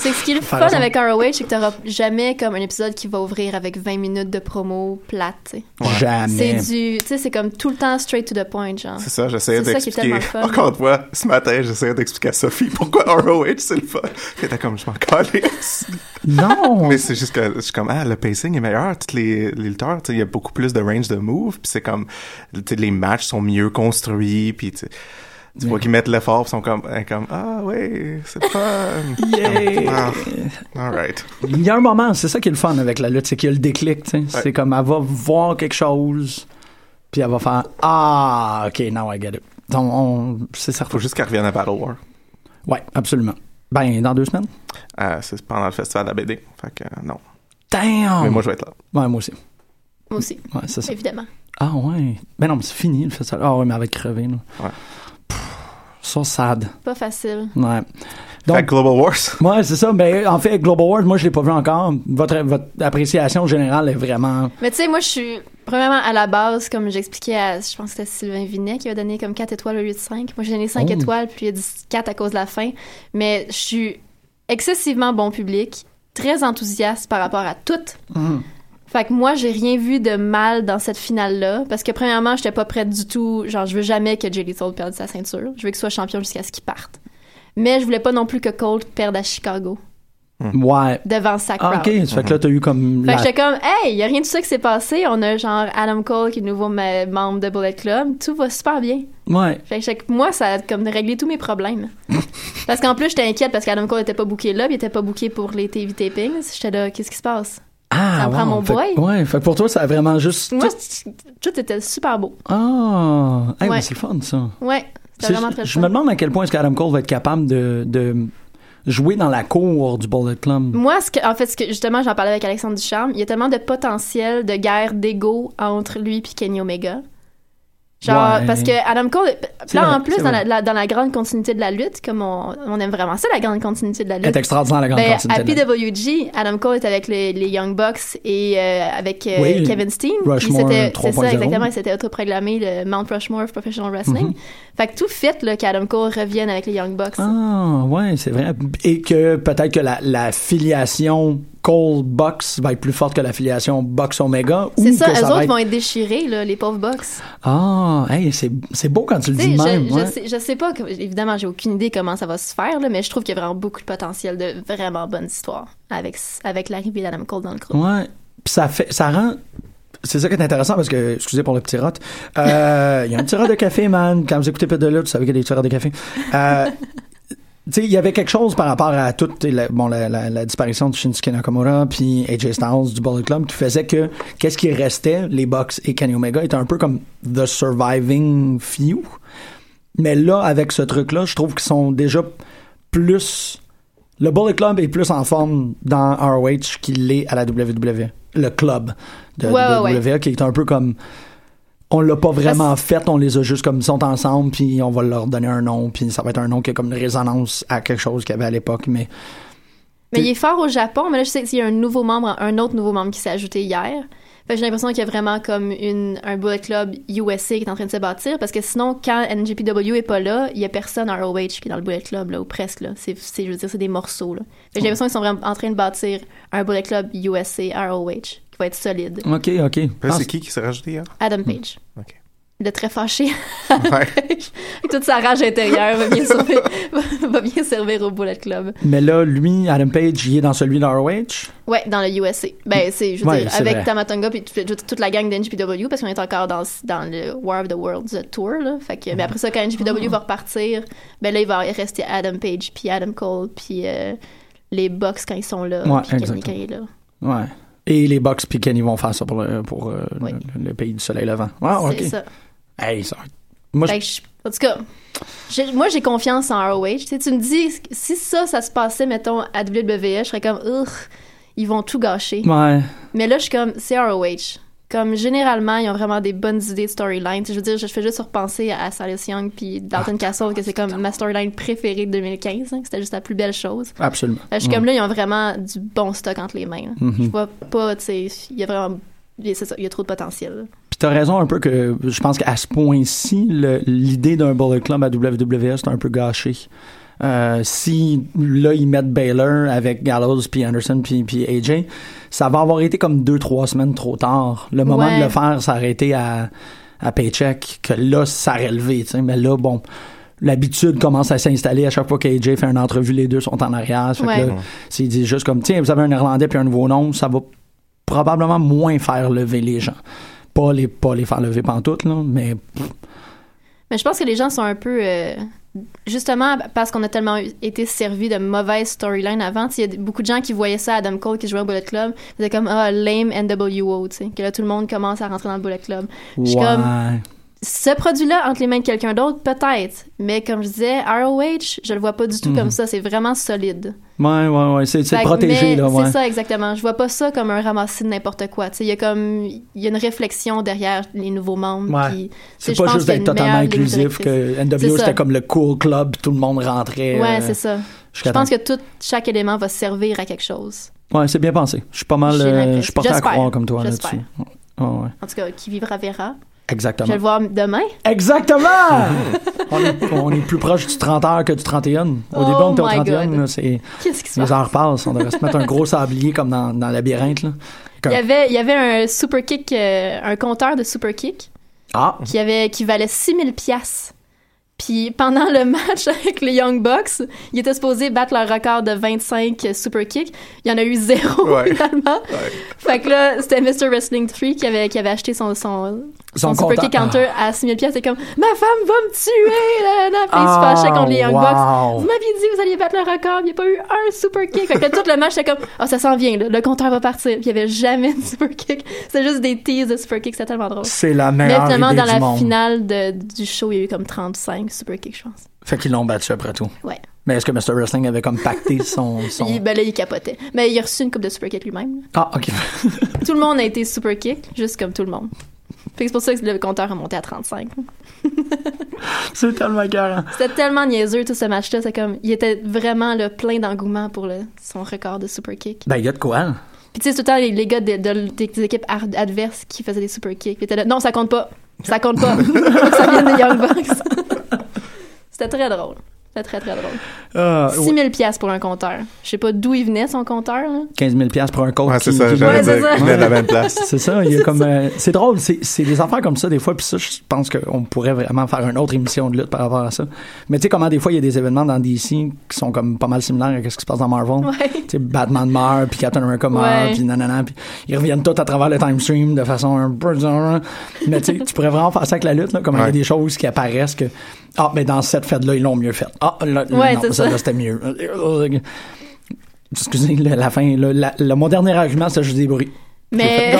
Speaker 2: C'est ce qui est le fun
Speaker 1: raison.
Speaker 2: avec ROH, c'est que t'auras jamais comme un épisode qui va ouvrir avec 20 minutes de promo plate, tu sais. C'est
Speaker 1: Jamais.
Speaker 2: du. Tu sais, c'est comme tout le temps straight to the point, genre.
Speaker 3: Ah, C'est ça, j'essayais
Speaker 2: C'est ça qui est
Speaker 3: d'expliquer.
Speaker 2: tellement fun.
Speaker 3: Encore une fois, ce matin, j'essayais d'expliquer à Sophie pourquoi ROH, c'est le fun. Elle était comme, je m'en calisse.
Speaker 1: Non!
Speaker 3: Mais c'est juste que je suis comme, ah, le pacing est meilleur. Toutes les, les lutteurs, tu sais, il y a beaucoup plus de range de move. Puis c'est comme, tu sais, les matchs sont mieux construits. Puis tu, tu vois qu'ils mettent l'effort. Puis sont comme, hein, comme, ah, ouais, c'est le fun.
Speaker 1: Yay!
Speaker 3: Ah, all right.
Speaker 1: Il y a un moment, c'est ça qui est le fun avec la lutte, c'est qu'il y a le déclic, tu sais. C'est comme, elle va voir quelque chose, puis elle va faire « Ah, OK, now I get it ». Donc, on- c'est certain.
Speaker 3: Faut juste qu'elle revienne à Battle War.
Speaker 1: Ouais, absolument. Ben, dans deux semaines.
Speaker 3: Euh, c'est pendant le festival de la BD. Fait que, euh, non.
Speaker 2: Ah.
Speaker 1: Damn!
Speaker 3: Mais moi, je vais être là.
Speaker 1: Ouais, moi aussi.
Speaker 2: Moi aussi,
Speaker 1: Ouais, c'est ça.
Speaker 2: évidemment.
Speaker 1: Ah ouais. Ben non, mais c'est fini le festival. Ah ouais, mais avec crevé, là.
Speaker 3: Ouais.
Speaker 1: Pff, so sad.
Speaker 2: Pas facile.
Speaker 1: Ouais.
Speaker 3: fait
Speaker 1: Donc,
Speaker 3: que Global Wars.
Speaker 1: ouais, c'est ça. Mais en fait, Global Wars, moi, je l'ai pas vu encore. Votre, votre appréciation générale est vraiment...
Speaker 2: Mais tu sais, moi, je suis. Premièrement, à la base, comme j'expliquais à. Je pense que c'était Sylvain Vinet qui a donné comme 4 étoiles au lieu de 5. Moi, j'ai donné 5
Speaker 1: Oh.
Speaker 2: étoiles, puis il a dit 4 à cause de la fin. Mais je suis excessivement bon public, très enthousiaste par rapport à tout.
Speaker 1: Mm-hmm.
Speaker 2: Fait que moi, j'ai rien vu de mal dans cette finale-là. Parce que, premièrement, j'étais pas prête du tout. Genre, je veux jamais que Jay Lethal perde sa ceinture. Je veux qu'il soit champion jusqu'à ce qu'il parte. Mais je voulais pas non plus que Cole perde à Chicago
Speaker 1: Ouais.
Speaker 2: devant sa crowd.
Speaker 1: Ah, OK. Ça fait que là, t'as eu comme...
Speaker 2: Fait
Speaker 1: la-
Speaker 2: que j'étais comme, hey, y a rien de ça qui s'est passé. On a genre Adam Cole qui est nouveau ma- membre de Bullet Club. Tout va super bien.
Speaker 1: Ouais.
Speaker 2: Fait que j'étais comme, moi, ça a comme réglé tous mes problèmes. parce qu'en plus, j'étais inquiète parce qu'Adam Cole était pas booké là, puis il était pas booké pour les TV tapings. J'étais là, qu'est-ce qui se passe?
Speaker 1: Ah,
Speaker 2: Ça me prend
Speaker 1: wow.
Speaker 2: mon
Speaker 1: Fait-
Speaker 2: boy.
Speaker 1: Ouais, fait que pour toi, ça a vraiment juste.
Speaker 2: Moi,
Speaker 1: tout-
Speaker 2: c- tout était super beau.
Speaker 1: Ah, Hey, mais
Speaker 2: Ouais.
Speaker 1: c'est le fun, ça.
Speaker 2: Ouais,
Speaker 1: C'est-
Speaker 2: c'était vraiment très
Speaker 1: je
Speaker 2: fun.
Speaker 1: me demande à quel point est-ce qu'Adam Cole va être capable de, de jouer dans la cour du Bullet Club.
Speaker 2: Moi, ce que, en fait, ce que, justement, j'en parlais avec Alexandre Ducharme, il y a tellement de potentiel de guerre d'ego entre lui et Kenny Omega. Genre,
Speaker 1: Ouais.
Speaker 2: parce que Adam Cole,
Speaker 1: C'est
Speaker 2: là,
Speaker 1: vrai,
Speaker 2: en plus,
Speaker 1: c'est
Speaker 2: dans
Speaker 1: vrai.
Speaker 2: la, la- dans la grande continuité de la lutte, comme on, on aime vraiment ça, la grande continuité de la
Speaker 1: Elle est
Speaker 2: lutte.
Speaker 1: extraordinaire, la grande
Speaker 2: Ben,
Speaker 1: cantine
Speaker 2: à
Speaker 1: de la-
Speaker 2: PWG, Adam Cole est avec les, les Young Bucks et euh, avec euh,
Speaker 1: Oui,
Speaker 2: Kevin Steen.
Speaker 1: Rushmore
Speaker 2: Il s'était- C'est
Speaker 1: 3.0.
Speaker 2: ça, exactement. Il s'était autoproclamé le Mount Rushmore of Professional Wrestling. Fait que tout fit là, qu'Adam Cole revienne avec les Young Bucks.
Speaker 1: Mm-hmm. Ah, ouais, c'est vrai. Et que peut-être que la, la filiation Cole Box va être plus forte que la filiation Box Omega. ou
Speaker 2: C'est ça,
Speaker 1: que
Speaker 2: eux
Speaker 1: ça va
Speaker 2: autres
Speaker 1: être-
Speaker 2: vont être déchirés, là, les pauvres Bucks.
Speaker 1: Ah, hey, c'est c'est beau quand tu le
Speaker 2: Tu sais,
Speaker 1: dis de même.
Speaker 2: je,
Speaker 1: ouais.
Speaker 2: je, sais, je sais pas, que- évidemment, j'ai aucune idée comment ça va se faire, là, mais je trouve qu'il y a vraiment beaucoup de potentiel de vraiment bonnes histoires avec, avec l'arrivée d'Adam Cole dans le groupe.
Speaker 1: Ouais. Puis ça fait, ça rend. C'est ça qui est intéressant parce que, excusez pour le petit rot, euh, il y a un petit rot de café, man. Quand vous écoutez Pédalot, vous savez qu'il y a des petits rots de café. Euh, tu sais, il y avait quelque chose par rapport à toute la, bon, la, la- la disparition de Shinsuke Nakamura puis AJ Styles du Bullet Club qui faisait que qu'est-ce qui restait, les Bucks et Kenny Omega, étaient un peu comme The Surviving Few. Mais là, avec ce truc-là, je trouve qu'ils sont déjà plus. Le Bullet Club est plus en forme dans ROH qu'il l'est à la WWE. E, Le club de E,
Speaker 2: Ouais, ouais,
Speaker 1: WWE, qui est un peu comme. on l'a pas vraiment fait, on les a juste comme ils sont ensemble, puis on va leur donner un nom, puis ça va être un nom qui a comme une résonance à quelque chose qu'il y avait à l'époque, mais
Speaker 2: Mais il est fort au Japon, mais là, je sais qu'il y a un nouveau membre, un autre nouveau membre qui s'est ajouté hier. Fait que j'ai l'impression qu'il y a vraiment comme une, un Bullet Club USA qui est en train de se bâtir, parce que sinon, quand NGPW est pas là, il y a personne en ROH qui est dans le Bullet Club, là, ou presque, là. C'est, c'est- je veux dire, c'est des morceaux, là. Fait que j'ai l'impression qu'ils sont vraiment en train de bâtir un Bullet Club USA ROH qui va être solide.
Speaker 1: ok, ok.
Speaker 2: Ah,
Speaker 3: Là,
Speaker 1: Pense-
Speaker 3: c'est qui qui s'est rajouté hier?
Speaker 2: Adam Page.
Speaker 3: Hmm. Ok.
Speaker 2: Il est très fâché.
Speaker 3: Ouais.
Speaker 2: Avec toute sa rage intérieure va bien servir, va- va bien servir au Bullet Club.
Speaker 1: Mais là, lui, Adam Page, il est dans celui de ROH.
Speaker 2: Ouais, dans le USA.
Speaker 3: Hmm.
Speaker 2: Ben, c'est, je veux
Speaker 1: Ouais,
Speaker 2: dire,
Speaker 1: c'est
Speaker 2: avec
Speaker 1: vrai.
Speaker 2: Tamatonga puis toute, toute- toute la gang de NGPW, parce qu'on est encore dans, dans le War of the Worlds tour, là. Fait
Speaker 3: Hmm.
Speaker 2: que, mais après ça, quand
Speaker 3: Oh.
Speaker 2: NGPW va repartir, ben là, il va rester Adam Page, puis Adam Cole, puis euh, les Bucks quand ils sont là,
Speaker 1: Ouais,
Speaker 2: puis Kenny
Speaker 1: exactement.
Speaker 2: quand il est là.
Speaker 1: Ouais. Et les Bucks puis Kenny vont faire ça pour le, pour, euh,
Speaker 2: Oui.
Speaker 1: le, le pays du soleil levant. Ah, ok.
Speaker 2: C'est ça.
Speaker 1: Hey, ça- Moi, je-
Speaker 2: Fait que je- en tout cas, j'ai- moi, j'ai confiance en ROH. Tu, sais, tu me dis, si ça, ça se passait, mettons, à WWE, je serais comme, Ugh, ils vont tout gâcher.
Speaker 1: ouais.
Speaker 2: Mais là, je suis comme, c'est ROH. Comme, généralement, ils ont vraiment des bonnes idées de storyline. Tu sais, Je veux dire, je fais juste repenser à Silas Young puis Dalton
Speaker 1: Ah,
Speaker 2: Castle, que c'est comme ma storyline préférée de 2015. hein, que C'était juste la plus belle chose.
Speaker 1: absolument. Mm.
Speaker 2: Fait que Je suis comme là, ils ont vraiment du bon stock entre les mains. là.
Speaker 1: Mhm.
Speaker 2: Je vois pas, tu sais, il y a vraiment... il y a- c'est ça, il y a trop de potentiel. là.
Speaker 1: Puis t'as raison un peu que je pense qu'à ce point-ci, le- l'idée d'un Bullet Club à WWE, c'est un peu gâché. Euh, si là ils mettent Baylor avec Gallows puis Anderson puis puis AJ, ça va avoir été comme deux trois semaines trop tard. Le moment
Speaker 2: Ouais.
Speaker 1: de le faire, ça aurait été à à paycheck que là ça aurait levé. tu sais. Mais là bon, l'habitude commence à s'installer à chaque fois qu'AJ fait une entrevue, les deux sont en arrière. Fait que
Speaker 2: Ouais.
Speaker 1: là, s'il dit juste comme tiens vous avez un Irlandais puis un nouveau nom, ça va probablement moins faire lever les gens. Pas les, pas les faire lever pantoute, là, mais
Speaker 2: Mais je pense que les gens sont un peu. euh, justement, parce qu'on a tellement eu- été servi de mauvaises storylines avant, tu sais, il y a d- beaucoup de gens qui voyaient ça à Adam Cole qui jouait au Bullet Club. C'était comme, ah, lame NWO, tu sais. Que là, tout le monde commence à rentrer dans le Bullet Club. Je suis
Speaker 1: ouais.
Speaker 2: comme, ce produit-là, entre les mains de quelqu'un d'autre, peut-être. Mais comme je disais, ROH, je le vois pas du tout comme ça. C'est vraiment solide.
Speaker 1: Ouais, ouais, ouais, Mhm. c'est c'est
Speaker 2: Fait que-
Speaker 1: protégé,
Speaker 2: mais
Speaker 1: là, ouais.
Speaker 2: C'est ça, exactement. Je vois pas ça comme un ramassis de n'importe quoi. Tu sais, il y a comme. Il y a une réflexion derrière les nouveaux membres.
Speaker 1: Ouais.
Speaker 2: puis, tu sais,
Speaker 1: C'est
Speaker 2: je
Speaker 1: pas
Speaker 2: pense
Speaker 1: juste
Speaker 2: qu'il y a
Speaker 1: d'être
Speaker 2: une
Speaker 1: totalement
Speaker 2: meilleure ligne
Speaker 1: inclusif
Speaker 2: directrice.
Speaker 1: que NWO
Speaker 2: C'est ça.
Speaker 1: c'était comme le cool club, tout le monde rentrait.
Speaker 2: Ouais,
Speaker 1: euh,
Speaker 2: c'est ça.
Speaker 1: jusqu'à
Speaker 2: Je pense
Speaker 1: temps.
Speaker 2: que tout, chaque élément va servir à quelque chose.
Speaker 1: Ouais, c'est bien pensé. Je suis pas mal.
Speaker 2: J'ai
Speaker 1: euh,
Speaker 2: l'impression.
Speaker 1: je suis porté à
Speaker 2: J'espère.
Speaker 1: croire comme toi
Speaker 2: J'espère.
Speaker 1: là-dessus. Ouais, ouais.
Speaker 2: En tout cas, qui vivra verra. Je vais
Speaker 1: Exactement.
Speaker 2: le voir demain.
Speaker 1: Exactement! on, est, on est plus proche du 30 heures que du 31. Au début,
Speaker 2: Oh
Speaker 1: on était au
Speaker 2: my
Speaker 1: 31.
Speaker 2: God.
Speaker 1: là, c'est-
Speaker 2: Qu'est-ce qui se
Speaker 1: les
Speaker 2: passe?
Speaker 1: heures passent. On devrait se mettre un gros sablier comme dans, dans Labyrinthe. Là.
Speaker 2: Il y avait, il y avait un super kick, euh, un compteur de super kick
Speaker 1: Ah!
Speaker 2: qui, avait, qui valait 6000 piastres. Puis pendant le match avec les Young Bucks, il était supposé battre leur record de 25 super kicks. Il y en a eu zéro
Speaker 3: Ouais.
Speaker 2: finalement. Fait que là, c'était Mr. Wrestling 3 qui avait, qui avait aché son, son, son super
Speaker 1: compteur-
Speaker 2: kick counter à 6000 pièces. C'est comme ma femme va me tuer là, là. Puis
Speaker 1: Ah,
Speaker 2: il se fâchait contre les Young
Speaker 1: Oh, wow.
Speaker 2: Bucks. Vous m'aviez dit vous alliez battre le record, il n'y a pas eu un super kick. Fait que là, tout le match c'était comme oh ça s'en vient, là, le compteur va partir. Puis il n'y avait jamais de super kick. C'était juste des teases de super kick, c'était tellement drôle.
Speaker 1: C'est la
Speaker 2: Mais
Speaker 1: meilleure idée
Speaker 2: finalement, dans
Speaker 1: du
Speaker 2: la
Speaker 1: monde.
Speaker 2: finale de- du show, il y a eu comme 35 super kicks, je pense.
Speaker 1: Fait qu'ils l'ont battu après tout.
Speaker 2: Ouais.
Speaker 1: Mais est-ce que Mr. Wrestling avait comme pacté son... son-
Speaker 2: Il- ben là, il capotait. Mais il a reçu une coupe de super kick lui-même.
Speaker 1: Ah, OK.
Speaker 2: tout le monde a été super kick, juste comme tout le monde. Fait que c'est pour ça que le compteur est monté à 35.
Speaker 1: c'est tellement écœurant.
Speaker 2: C'était tellement niaiseux tout ce match-là, c'est comme il était vraiment là, plein d'engouement pour le, son record de super kick.
Speaker 1: Ben, il y a de quoi, là.
Speaker 2: Puis tu sais, c'est tout le temps les, les gars de- de- des équipes ar- adverses qui faisaient des super kicks. Ils étaient là, non, ça compte pas, ça compte pas. Faut que ça vient des Young Bucks. C'était très drôle. C'était très très drôle.
Speaker 1: Ah, ouais.
Speaker 2: 6000 pièces pour un compteur. Je sais pas d'où il venait son compteur. là.
Speaker 1: 15 000 piastres pour un coach.
Speaker 3: Ouais, c'est ça,
Speaker 1: qui-
Speaker 3: j'allais
Speaker 2: Ouais, c'est
Speaker 3: dire.
Speaker 2: ça.
Speaker 3: Je venais de la même place.
Speaker 1: C'est ça, il y a comme. euh, c'est drôle, c'est c'est des affaires comme ça, des fois, puis ça, je pense qu'on pourrait vraiment faire une autre émission de lutte par rapport à ça. Mais tu sais, comment des fois, il y a des événements dans DC qui sont comme pas mal similaires à ce qui se passe dans Marvel.
Speaker 2: Ouais.
Speaker 1: Tu sais, Batman meurt, puis Captain America meurt,
Speaker 2: Ouais.
Speaker 1: puis nanana, puis ils reviennent tous à travers le time stream de façon un peu. genre, hein. Mais tu sais, tu pourrais vraiment faire ça avec la lutte, là, comme il y a
Speaker 3: Ouais.
Speaker 1: des choses qui apparaissent que. Ah, mais dans cette fête-là, ils l'ont mieux faite. Ah, là, là,
Speaker 2: Ouais,
Speaker 1: non,
Speaker 2: c'est
Speaker 1: ça,
Speaker 2: ça.
Speaker 1: là, c'était mieux. Excusez, la, la fin, là, la- le- mon dernier argument, c'est juste des bruits.
Speaker 2: Mais,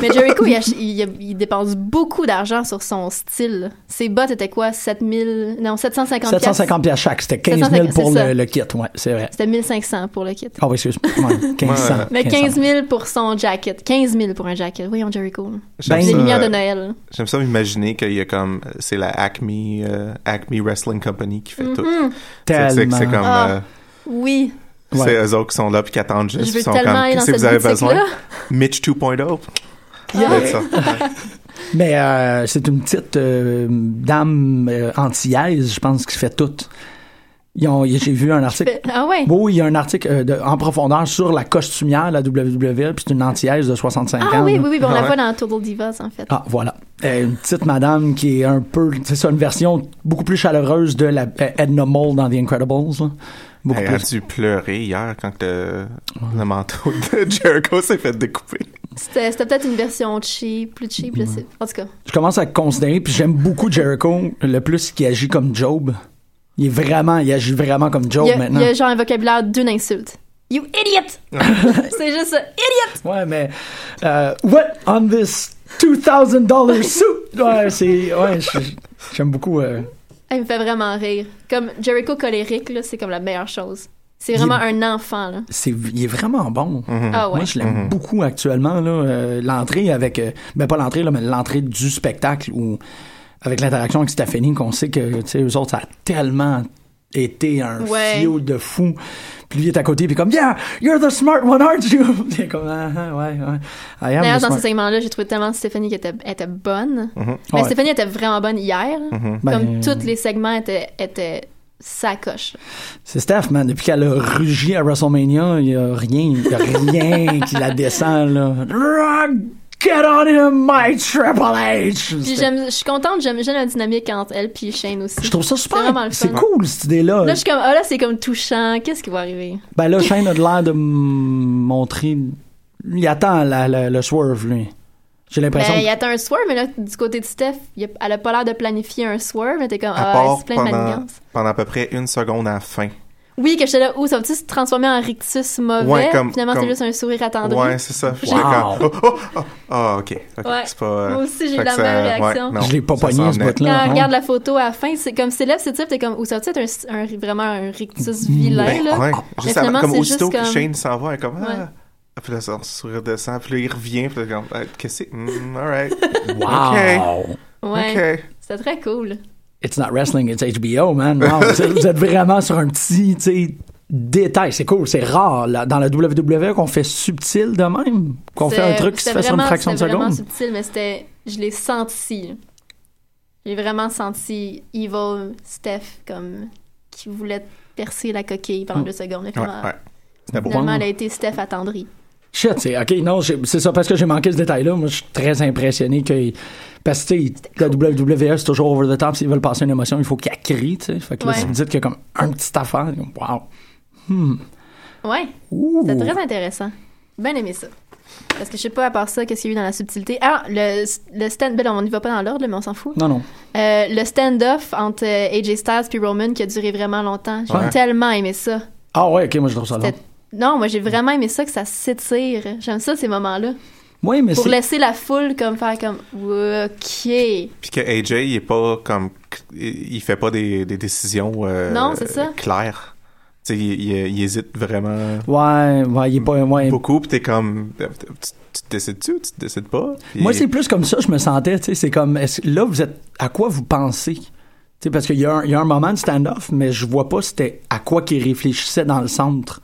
Speaker 2: mais Jericho, il, ach- il- il dépense beaucoup d'argent sur son style. Ses bottes étaient quoi? 7000... Non, 750 piastres.
Speaker 1: 750 pièces chaque, c'était 15 000 pour
Speaker 2: c'est ça.
Speaker 1: le, le kit, ouais, c'est vrai.
Speaker 2: C'était 1500 pour le kit.
Speaker 1: Ah oui, excuse moi 1500.
Speaker 3: Ouais.
Speaker 2: Mais 15 000 pour son jacket. 15 000 pour un jacket. Voyons Jericho.
Speaker 3: J'aime
Speaker 1: Ben,
Speaker 2: Les
Speaker 3: ça,
Speaker 2: lumières de
Speaker 3: euh,
Speaker 2: Noël.
Speaker 3: J'aime ça m'imaginer qu'il y a comme. C'est la Acme, euh, Acme Wrestling Company qui fait tout.
Speaker 2: Mhm.
Speaker 3: C'est- C'est
Speaker 1: Tellement.
Speaker 3: c'est comme.
Speaker 2: Ah.
Speaker 3: euh,
Speaker 2: Oui,
Speaker 1: Ouais.
Speaker 3: C'est eux autres qui sont là puis qui attendent juste.
Speaker 2: je veux
Speaker 3: ils sont
Speaker 2: tellement
Speaker 3: comme,
Speaker 2: aller dans
Speaker 3: si
Speaker 2: cette
Speaker 3: vous avez besoin,
Speaker 2: boutique-là. Ah.
Speaker 3: Mitch 2.0.
Speaker 2: Yeah.
Speaker 3: Ça va être ça. Ouais.
Speaker 1: Mais euh, c'est une petite euh, dame euh, antillaise, je pense, qui fait tout. Ils ont- J'ai vu un article.
Speaker 2: Fait- Ah ouais?
Speaker 1: Oui, il y a un article euh, de- en profondeur sur la costumière, la WWE, puis c'est une antillaise de 65 ans.
Speaker 2: Ah oui,
Speaker 1: là.
Speaker 2: oui, oui, ben, on
Speaker 3: Ah
Speaker 2: la
Speaker 3: ouais.
Speaker 2: voit dans Total Divas, en fait.
Speaker 1: Ah, voilà. Euh, une petite madame qui est un peu, c'est ça, une version beaucoup plus chaleureuse de la euh, Edna Mole dans The Incredibles. là. Beaucoup
Speaker 3: Hey, Elle a
Speaker 1: plus.
Speaker 3: dû pleurer hier quand le, le manteau de Jericho s'est fait découper.
Speaker 2: C'était c'était peut-être une version cheap, plus cheap, je sais. En tout cas,
Speaker 1: Je commence à considérer, puis j'aime beaucoup Jericho, le plus qu'il agit comme Job. Il est vraiment, il agit vraiment comme Job
Speaker 2: il y, a,
Speaker 1: maintenant.
Speaker 2: il y a genre un vocabulaire d'une insulte. You idiot! C'est juste ça. Idiot!
Speaker 1: Ouais, mais euh, what on this $2,000 suit? Ouais, c'est, ouais, je- j'aime beaucoup. euh,
Speaker 2: Elle me fait vraiment rire. Comme Jericho colérique, là, c'est comme la meilleure chose. C'est vraiment un enfant, là.
Speaker 1: c'est, il est vraiment bon.
Speaker 2: Ah ouais.
Speaker 1: Moi, je l'aime beaucoup actuellement. là, euh, l'entrée avec. euh, ben, pas l'entrée, là, mais l'entrée du spectacle où, avec l'interaction avec Stephanie, qu'on sait que, tu sais, eux autres, ça a tellement été un
Speaker 2: Ouais.
Speaker 1: fio de fou. Puis lui est à côté, puis comme, Yeah, you're the smart one, aren't you? Il est comme, ah, ah, ouais, ouais. I am the
Speaker 2: D'ailleurs, dans
Speaker 1: smart.
Speaker 2: ce segment-là, j'ai trouvé tellement Stéphanie qui était, était bonne.
Speaker 3: Mm-hmm.
Speaker 2: Mais
Speaker 1: Ouais.
Speaker 2: Stéphanie était vraiment bonne hier.
Speaker 1: Ben,
Speaker 2: Comme
Speaker 1: euh,
Speaker 2: tous les segments étaient, étaient sacoche.
Speaker 1: C'est Steph, man. Depuis qu'elle a rugi à WrestleMania, il n'y a rien, il y a rien qui la descend, là. Rock, Get on him, my Triple H!
Speaker 2: Puis j'aime, je suis contente, j'aime, j'aime la dynamique entre elle puis Shane aussi.
Speaker 1: Je trouve euh, ça super.
Speaker 2: C'est vraiment le
Speaker 1: C'est
Speaker 2: fun.
Speaker 1: cool, cette idée-là.
Speaker 2: Là, je suis comme, ah là, c'est comme touchant. Qu'est-ce qui va arriver?
Speaker 1: Ben là, Shane a de l'air de m- montrer. Il attend la- la- le swerve, lui. J'ai l'impression.
Speaker 2: Ben, il attend un swerve, mais là, du côté de Steph, il a- elle a pas l'air de planifier un swerve. mais T'es comme,
Speaker 3: À
Speaker 2: ah,
Speaker 3: part
Speaker 2: c'est plein de
Speaker 3: pendant,
Speaker 2: manigances.
Speaker 3: pendant à peu près une seconde à la fin.
Speaker 2: Oui, que j'étais là, où ça va-tu se transformer en rictus mauvais?
Speaker 3: Ouais, comme-
Speaker 2: Finalement,
Speaker 3: comme-
Speaker 2: c'est juste un sourire attendri.
Speaker 3: Ouais, c'est ça. J'étais
Speaker 1: Wow.
Speaker 3: comme, oh, oh, oh, oh, ok. Ok,
Speaker 2: Ouais.
Speaker 3: C'est pas, euh,
Speaker 2: Moi aussi, j'ai eu
Speaker 3: fait
Speaker 2: la
Speaker 3: que ça-
Speaker 2: même
Speaker 3: ouais,
Speaker 2: réaction.
Speaker 3: non,
Speaker 1: je l'ai pas
Speaker 3: ça
Speaker 1: pogné,
Speaker 3: s'en
Speaker 1: ce
Speaker 3: venait.
Speaker 1: bout-là.
Speaker 2: Quand on
Speaker 1: hein.
Speaker 2: regarde la photo à la fin, c'est comme c'est lèvres, c'est type, t'es comme, où ça va-tu être un, un- vraiment un rictus vilain,
Speaker 3: Ben,
Speaker 2: là?
Speaker 3: ouais.
Speaker 2: Mais
Speaker 3: Juste avant-
Speaker 2: finalement,
Speaker 3: comme
Speaker 2: c'est juste
Speaker 3: aussitôt que
Speaker 2: comme-
Speaker 3: Shane s'en va, elle est comme,
Speaker 2: Ouais.
Speaker 3: ah. Puis là, son sourire descend, puis là, il revient, puis là, comme, Ah, qu'est-ce que c'est? Hmm, all right.
Speaker 1: Wow!
Speaker 2: Ouais.
Speaker 3: OK.
Speaker 2: C'était très cool.
Speaker 1: It's not wrestling, it's HBO, man. Wow, vous êtes- vous êtes vraiment sur un petit, tu sais, détail. C'est cool, c'est rare. là, dans la WWE, qu'on fait subtil de même. Qu'on fait un
Speaker 2: C'est-
Speaker 1: truc qui se
Speaker 2: c'était
Speaker 1: fait sur une
Speaker 2: vraiment-
Speaker 1: fraction de
Speaker 2: c'était
Speaker 1: seconde.
Speaker 2: vraiment subtil, mais c'était. Je l'ai senti. J'ai vraiment senti Evil Steph comme. qui voulait percer la coquille pendant deux secondes. mais
Speaker 3: Mm. Ouais,
Speaker 2: finalement,
Speaker 3: ouais. C'était beau.
Speaker 2: finalement, elle a été Steph attendrie.
Speaker 1: Shit, c'est OK, non, j'ai- c'est ça parce que j'ai manqué ce détail-là. Moi, je suis très impressionné que parce que tu sais, la WWE E, c'est toujours over the top, s'ils veulent passer une émotion, il faut qu'ils crient, tu sais. Fait que là,
Speaker 2: Ouais.
Speaker 1: si vous dites qu'il y a comme un petit affaire, comme, wow.
Speaker 2: Ouais,
Speaker 1: Ouh.
Speaker 2: c'était très intéressant. Bien aimé ça. Parce que je sais pas, à part ça, qu'est-ce qu'il y a eu dans la subtilité. Ah, le, le stand. Ben, non, on n'y va pas dans l'ordre, là, mais on s'en fout.
Speaker 1: Non non.
Speaker 2: Euh, le stand-off entre euh, AJ Styles puis Roman qui a duré vraiment longtemps. J'ai
Speaker 3: Ouais.
Speaker 2: tellement aimé ça.
Speaker 1: Ah ouais, OK, moi je trouve ça long.
Speaker 2: C'était- Non, moi, j'ai vraiment aimé ça que ça s'étire. J'aime ça, ces moments-là.
Speaker 1: Oui, mais
Speaker 2: pour
Speaker 1: c'est
Speaker 2: laisser la foule comme faire comme ok
Speaker 3: Puis que AJ, il est pas comme. Il il fait pas des, des décisions euh,
Speaker 2: Non, c'est ça.
Speaker 3: claires. Tu sais, il, il- il hésite vraiment
Speaker 1: Ouais, ouais, il est pas ouais.
Speaker 3: beaucoup, puis t'es comme. Tu, tu te décides-tu, ou tu te décides pas? Puis-
Speaker 1: Moi, c'est plus comme ça, je me sentais, tu sais, c'est comme est-ce- là vous êtes à quoi vous pensez Tu sais parce qu'il y, a un- il y a un moment de stand-off, mais je vois pas c'était à quoi qu'il réfléchissait dans le centre.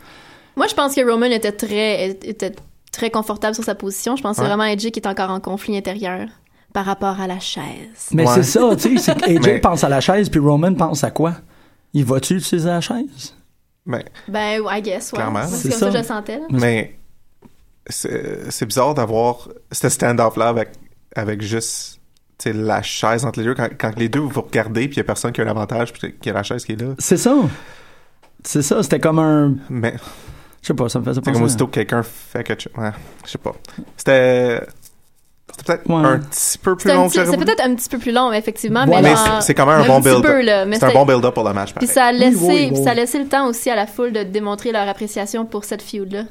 Speaker 2: moi je pense que Roman était très était très confortable sur sa position je pense que
Speaker 3: Ouais.
Speaker 2: c'est vraiment AJ qui est encore en conflit intérieur par rapport à la chaise
Speaker 1: Mais
Speaker 3: Ouais.
Speaker 1: c'est ça, tu sais, c'est que AJ
Speaker 3: Mais-
Speaker 1: pense à la chaise, puis Roman pense à quoi? Il va-tu utiliser la chaise?
Speaker 3: Mais,
Speaker 2: ben I guess ouais.
Speaker 3: Clairement.
Speaker 1: C'est
Speaker 2: c'est comme ça
Speaker 1: ça.
Speaker 2: que je le sentais là.
Speaker 3: mais c'est c'est bizarre d'avoir ce stand-off-là avec, avec juste tu sais, la chaise entre les deux. Quand, quand les deux vous regardez, puis il y a personne qui a l'avantage, puis qu'il y a la chaise qui est là.
Speaker 1: C'est ça. C'est ça, c'était comme un...
Speaker 3: Mais
Speaker 1: Je sais pas, ça me faisait
Speaker 3: c'est
Speaker 1: penser...
Speaker 3: comme
Speaker 1: à-
Speaker 3: aussitôt que quelqu'un fait quelque chose. Ouais, je sais pas. C'était. C'était peut-être
Speaker 1: Ouais.
Speaker 3: un petit peu plus
Speaker 2: c'est, un
Speaker 3: long
Speaker 2: petit-
Speaker 3: que j'aurais
Speaker 2: c'est
Speaker 3: voulu.
Speaker 2: peut-être un petit peu plus long effectivement
Speaker 1: Voilà.
Speaker 2: mais,
Speaker 3: Mais
Speaker 2: dans-
Speaker 3: c'est- c'est quand même un
Speaker 2: un
Speaker 3: bon
Speaker 2: petit peu,
Speaker 3: build-up.
Speaker 2: là, mais
Speaker 3: C'est un
Speaker 2: c'est-
Speaker 3: bon build-up pour le match,
Speaker 2: puis
Speaker 3: pareil.
Speaker 2: ça a laissé
Speaker 1: Oui, oui, oui.
Speaker 2: puis ça a laissé le temps aussi à la foule de démontrer leur appréciation pour cette feud là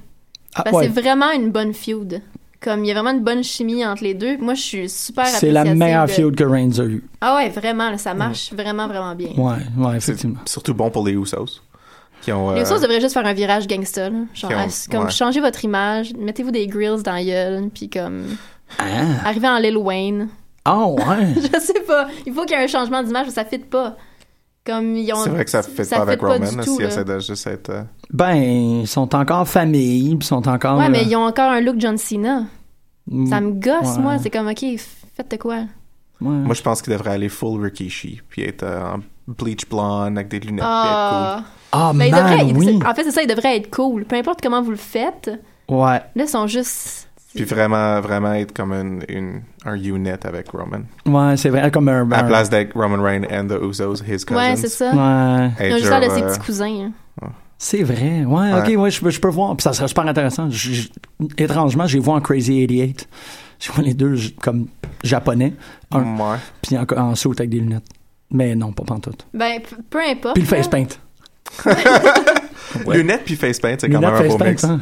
Speaker 1: Ah,
Speaker 2: parce
Speaker 1: ouais.
Speaker 2: que c'est vraiment une bonne feud Comme il y a vraiment une bonne chimie entre les deux. Moi, je suis super
Speaker 1: C'est la
Speaker 2: appréciative
Speaker 1: meilleure
Speaker 2: de-
Speaker 1: feud que Reigns a eue.
Speaker 2: Ah ouais, vraiment, là, ça marche vraiment, vraiment bien.
Speaker 1: Ouais, ouais,
Speaker 3: C'est
Speaker 1: effectivement.
Speaker 3: surtout bon pour les Usos. Qui ont, euh,
Speaker 2: Les Usos devraient juste faire un virage gangsta, là. Genre,
Speaker 3: Qui ont-
Speaker 2: ass- comme
Speaker 3: ouais.
Speaker 2: changer votre image, mettez-vous des grills dans la gueule, puis comme
Speaker 1: Ah,
Speaker 2: arriver en Lil Wayne.
Speaker 1: Ah, ouais.
Speaker 2: Je sais pas. Il faut qu'il y ait un changement d'image, ça fit pas. Comme ils ont.
Speaker 3: C'est vrai que ça ne fit pas avec
Speaker 2: fit
Speaker 3: Roman
Speaker 2: du
Speaker 3: là,
Speaker 2: tout,
Speaker 3: s'il
Speaker 2: là.
Speaker 3: essaie de juste être. euh,
Speaker 1: ben, ils sont encore famille, ils sont encore.
Speaker 2: Ouais, mais
Speaker 1: euh,
Speaker 2: ils ont encore un look John Cena.
Speaker 1: mm,
Speaker 2: Ça me gosse,
Speaker 1: Ouais.
Speaker 2: moi. C'est comme, OK, faites de quoi?
Speaker 1: ouais.
Speaker 3: Moi, je pense qu'il devrait aller full Rikishi, puis être euh, en bleach blonde avec des lunettes.
Speaker 2: Ah.
Speaker 1: Ah,
Speaker 2: Ben, il
Speaker 1: man,
Speaker 2: devrait-
Speaker 1: oui.
Speaker 2: c'est- En fait, c'est ça, il devrait être cool. Peu importe comment vous le faites,
Speaker 1: Ouais.
Speaker 2: là, ils sont juste.
Speaker 3: puis cool. Puis vraiment, vraiment être comme une, une- un unit avec Roman.
Speaker 1: Ouais, c'est vrai, comme un.
Speaker 3: À
Speaker 1: un-
Speaker 3: la place d'être Roman Reigns and the Usos, his cousins. euh,
Speaker 2: Ouais, c'est ça.
Speaker 1: Ouais.
Speaker 2: Ils ont juste l'air de ses petits cousins. hein.
Speaker 1: C'est vrai, ouais,
Speaker 3: Ouais.
Speaker 1: ok, ouais, je, peux- je peux voir. Puis ça serait super intéressant. Je- je- étrangement, j'ai vu en Crazy 88. J'ai vu les deux j- comme japonais, cousins.
Speaker 3: Ouais.
Speaker 1: puis en, en saut avec des lunettes. Mais non, pas pantoute.
Speaker 2: Ben, p- peu importe.
Speaker 1: Puis le face
Speaker 2: là.
Speaker 1: paint. Ouais.
Speaker 3: Lunettes puis face paint, c'est quand
Speaker 1: Lunettes,
Speaker 3: même un
Speaker 1: face
Speaker 3: beau
Speaker 1: paint,
Speaker 3: mix.
Speaker 1: hein.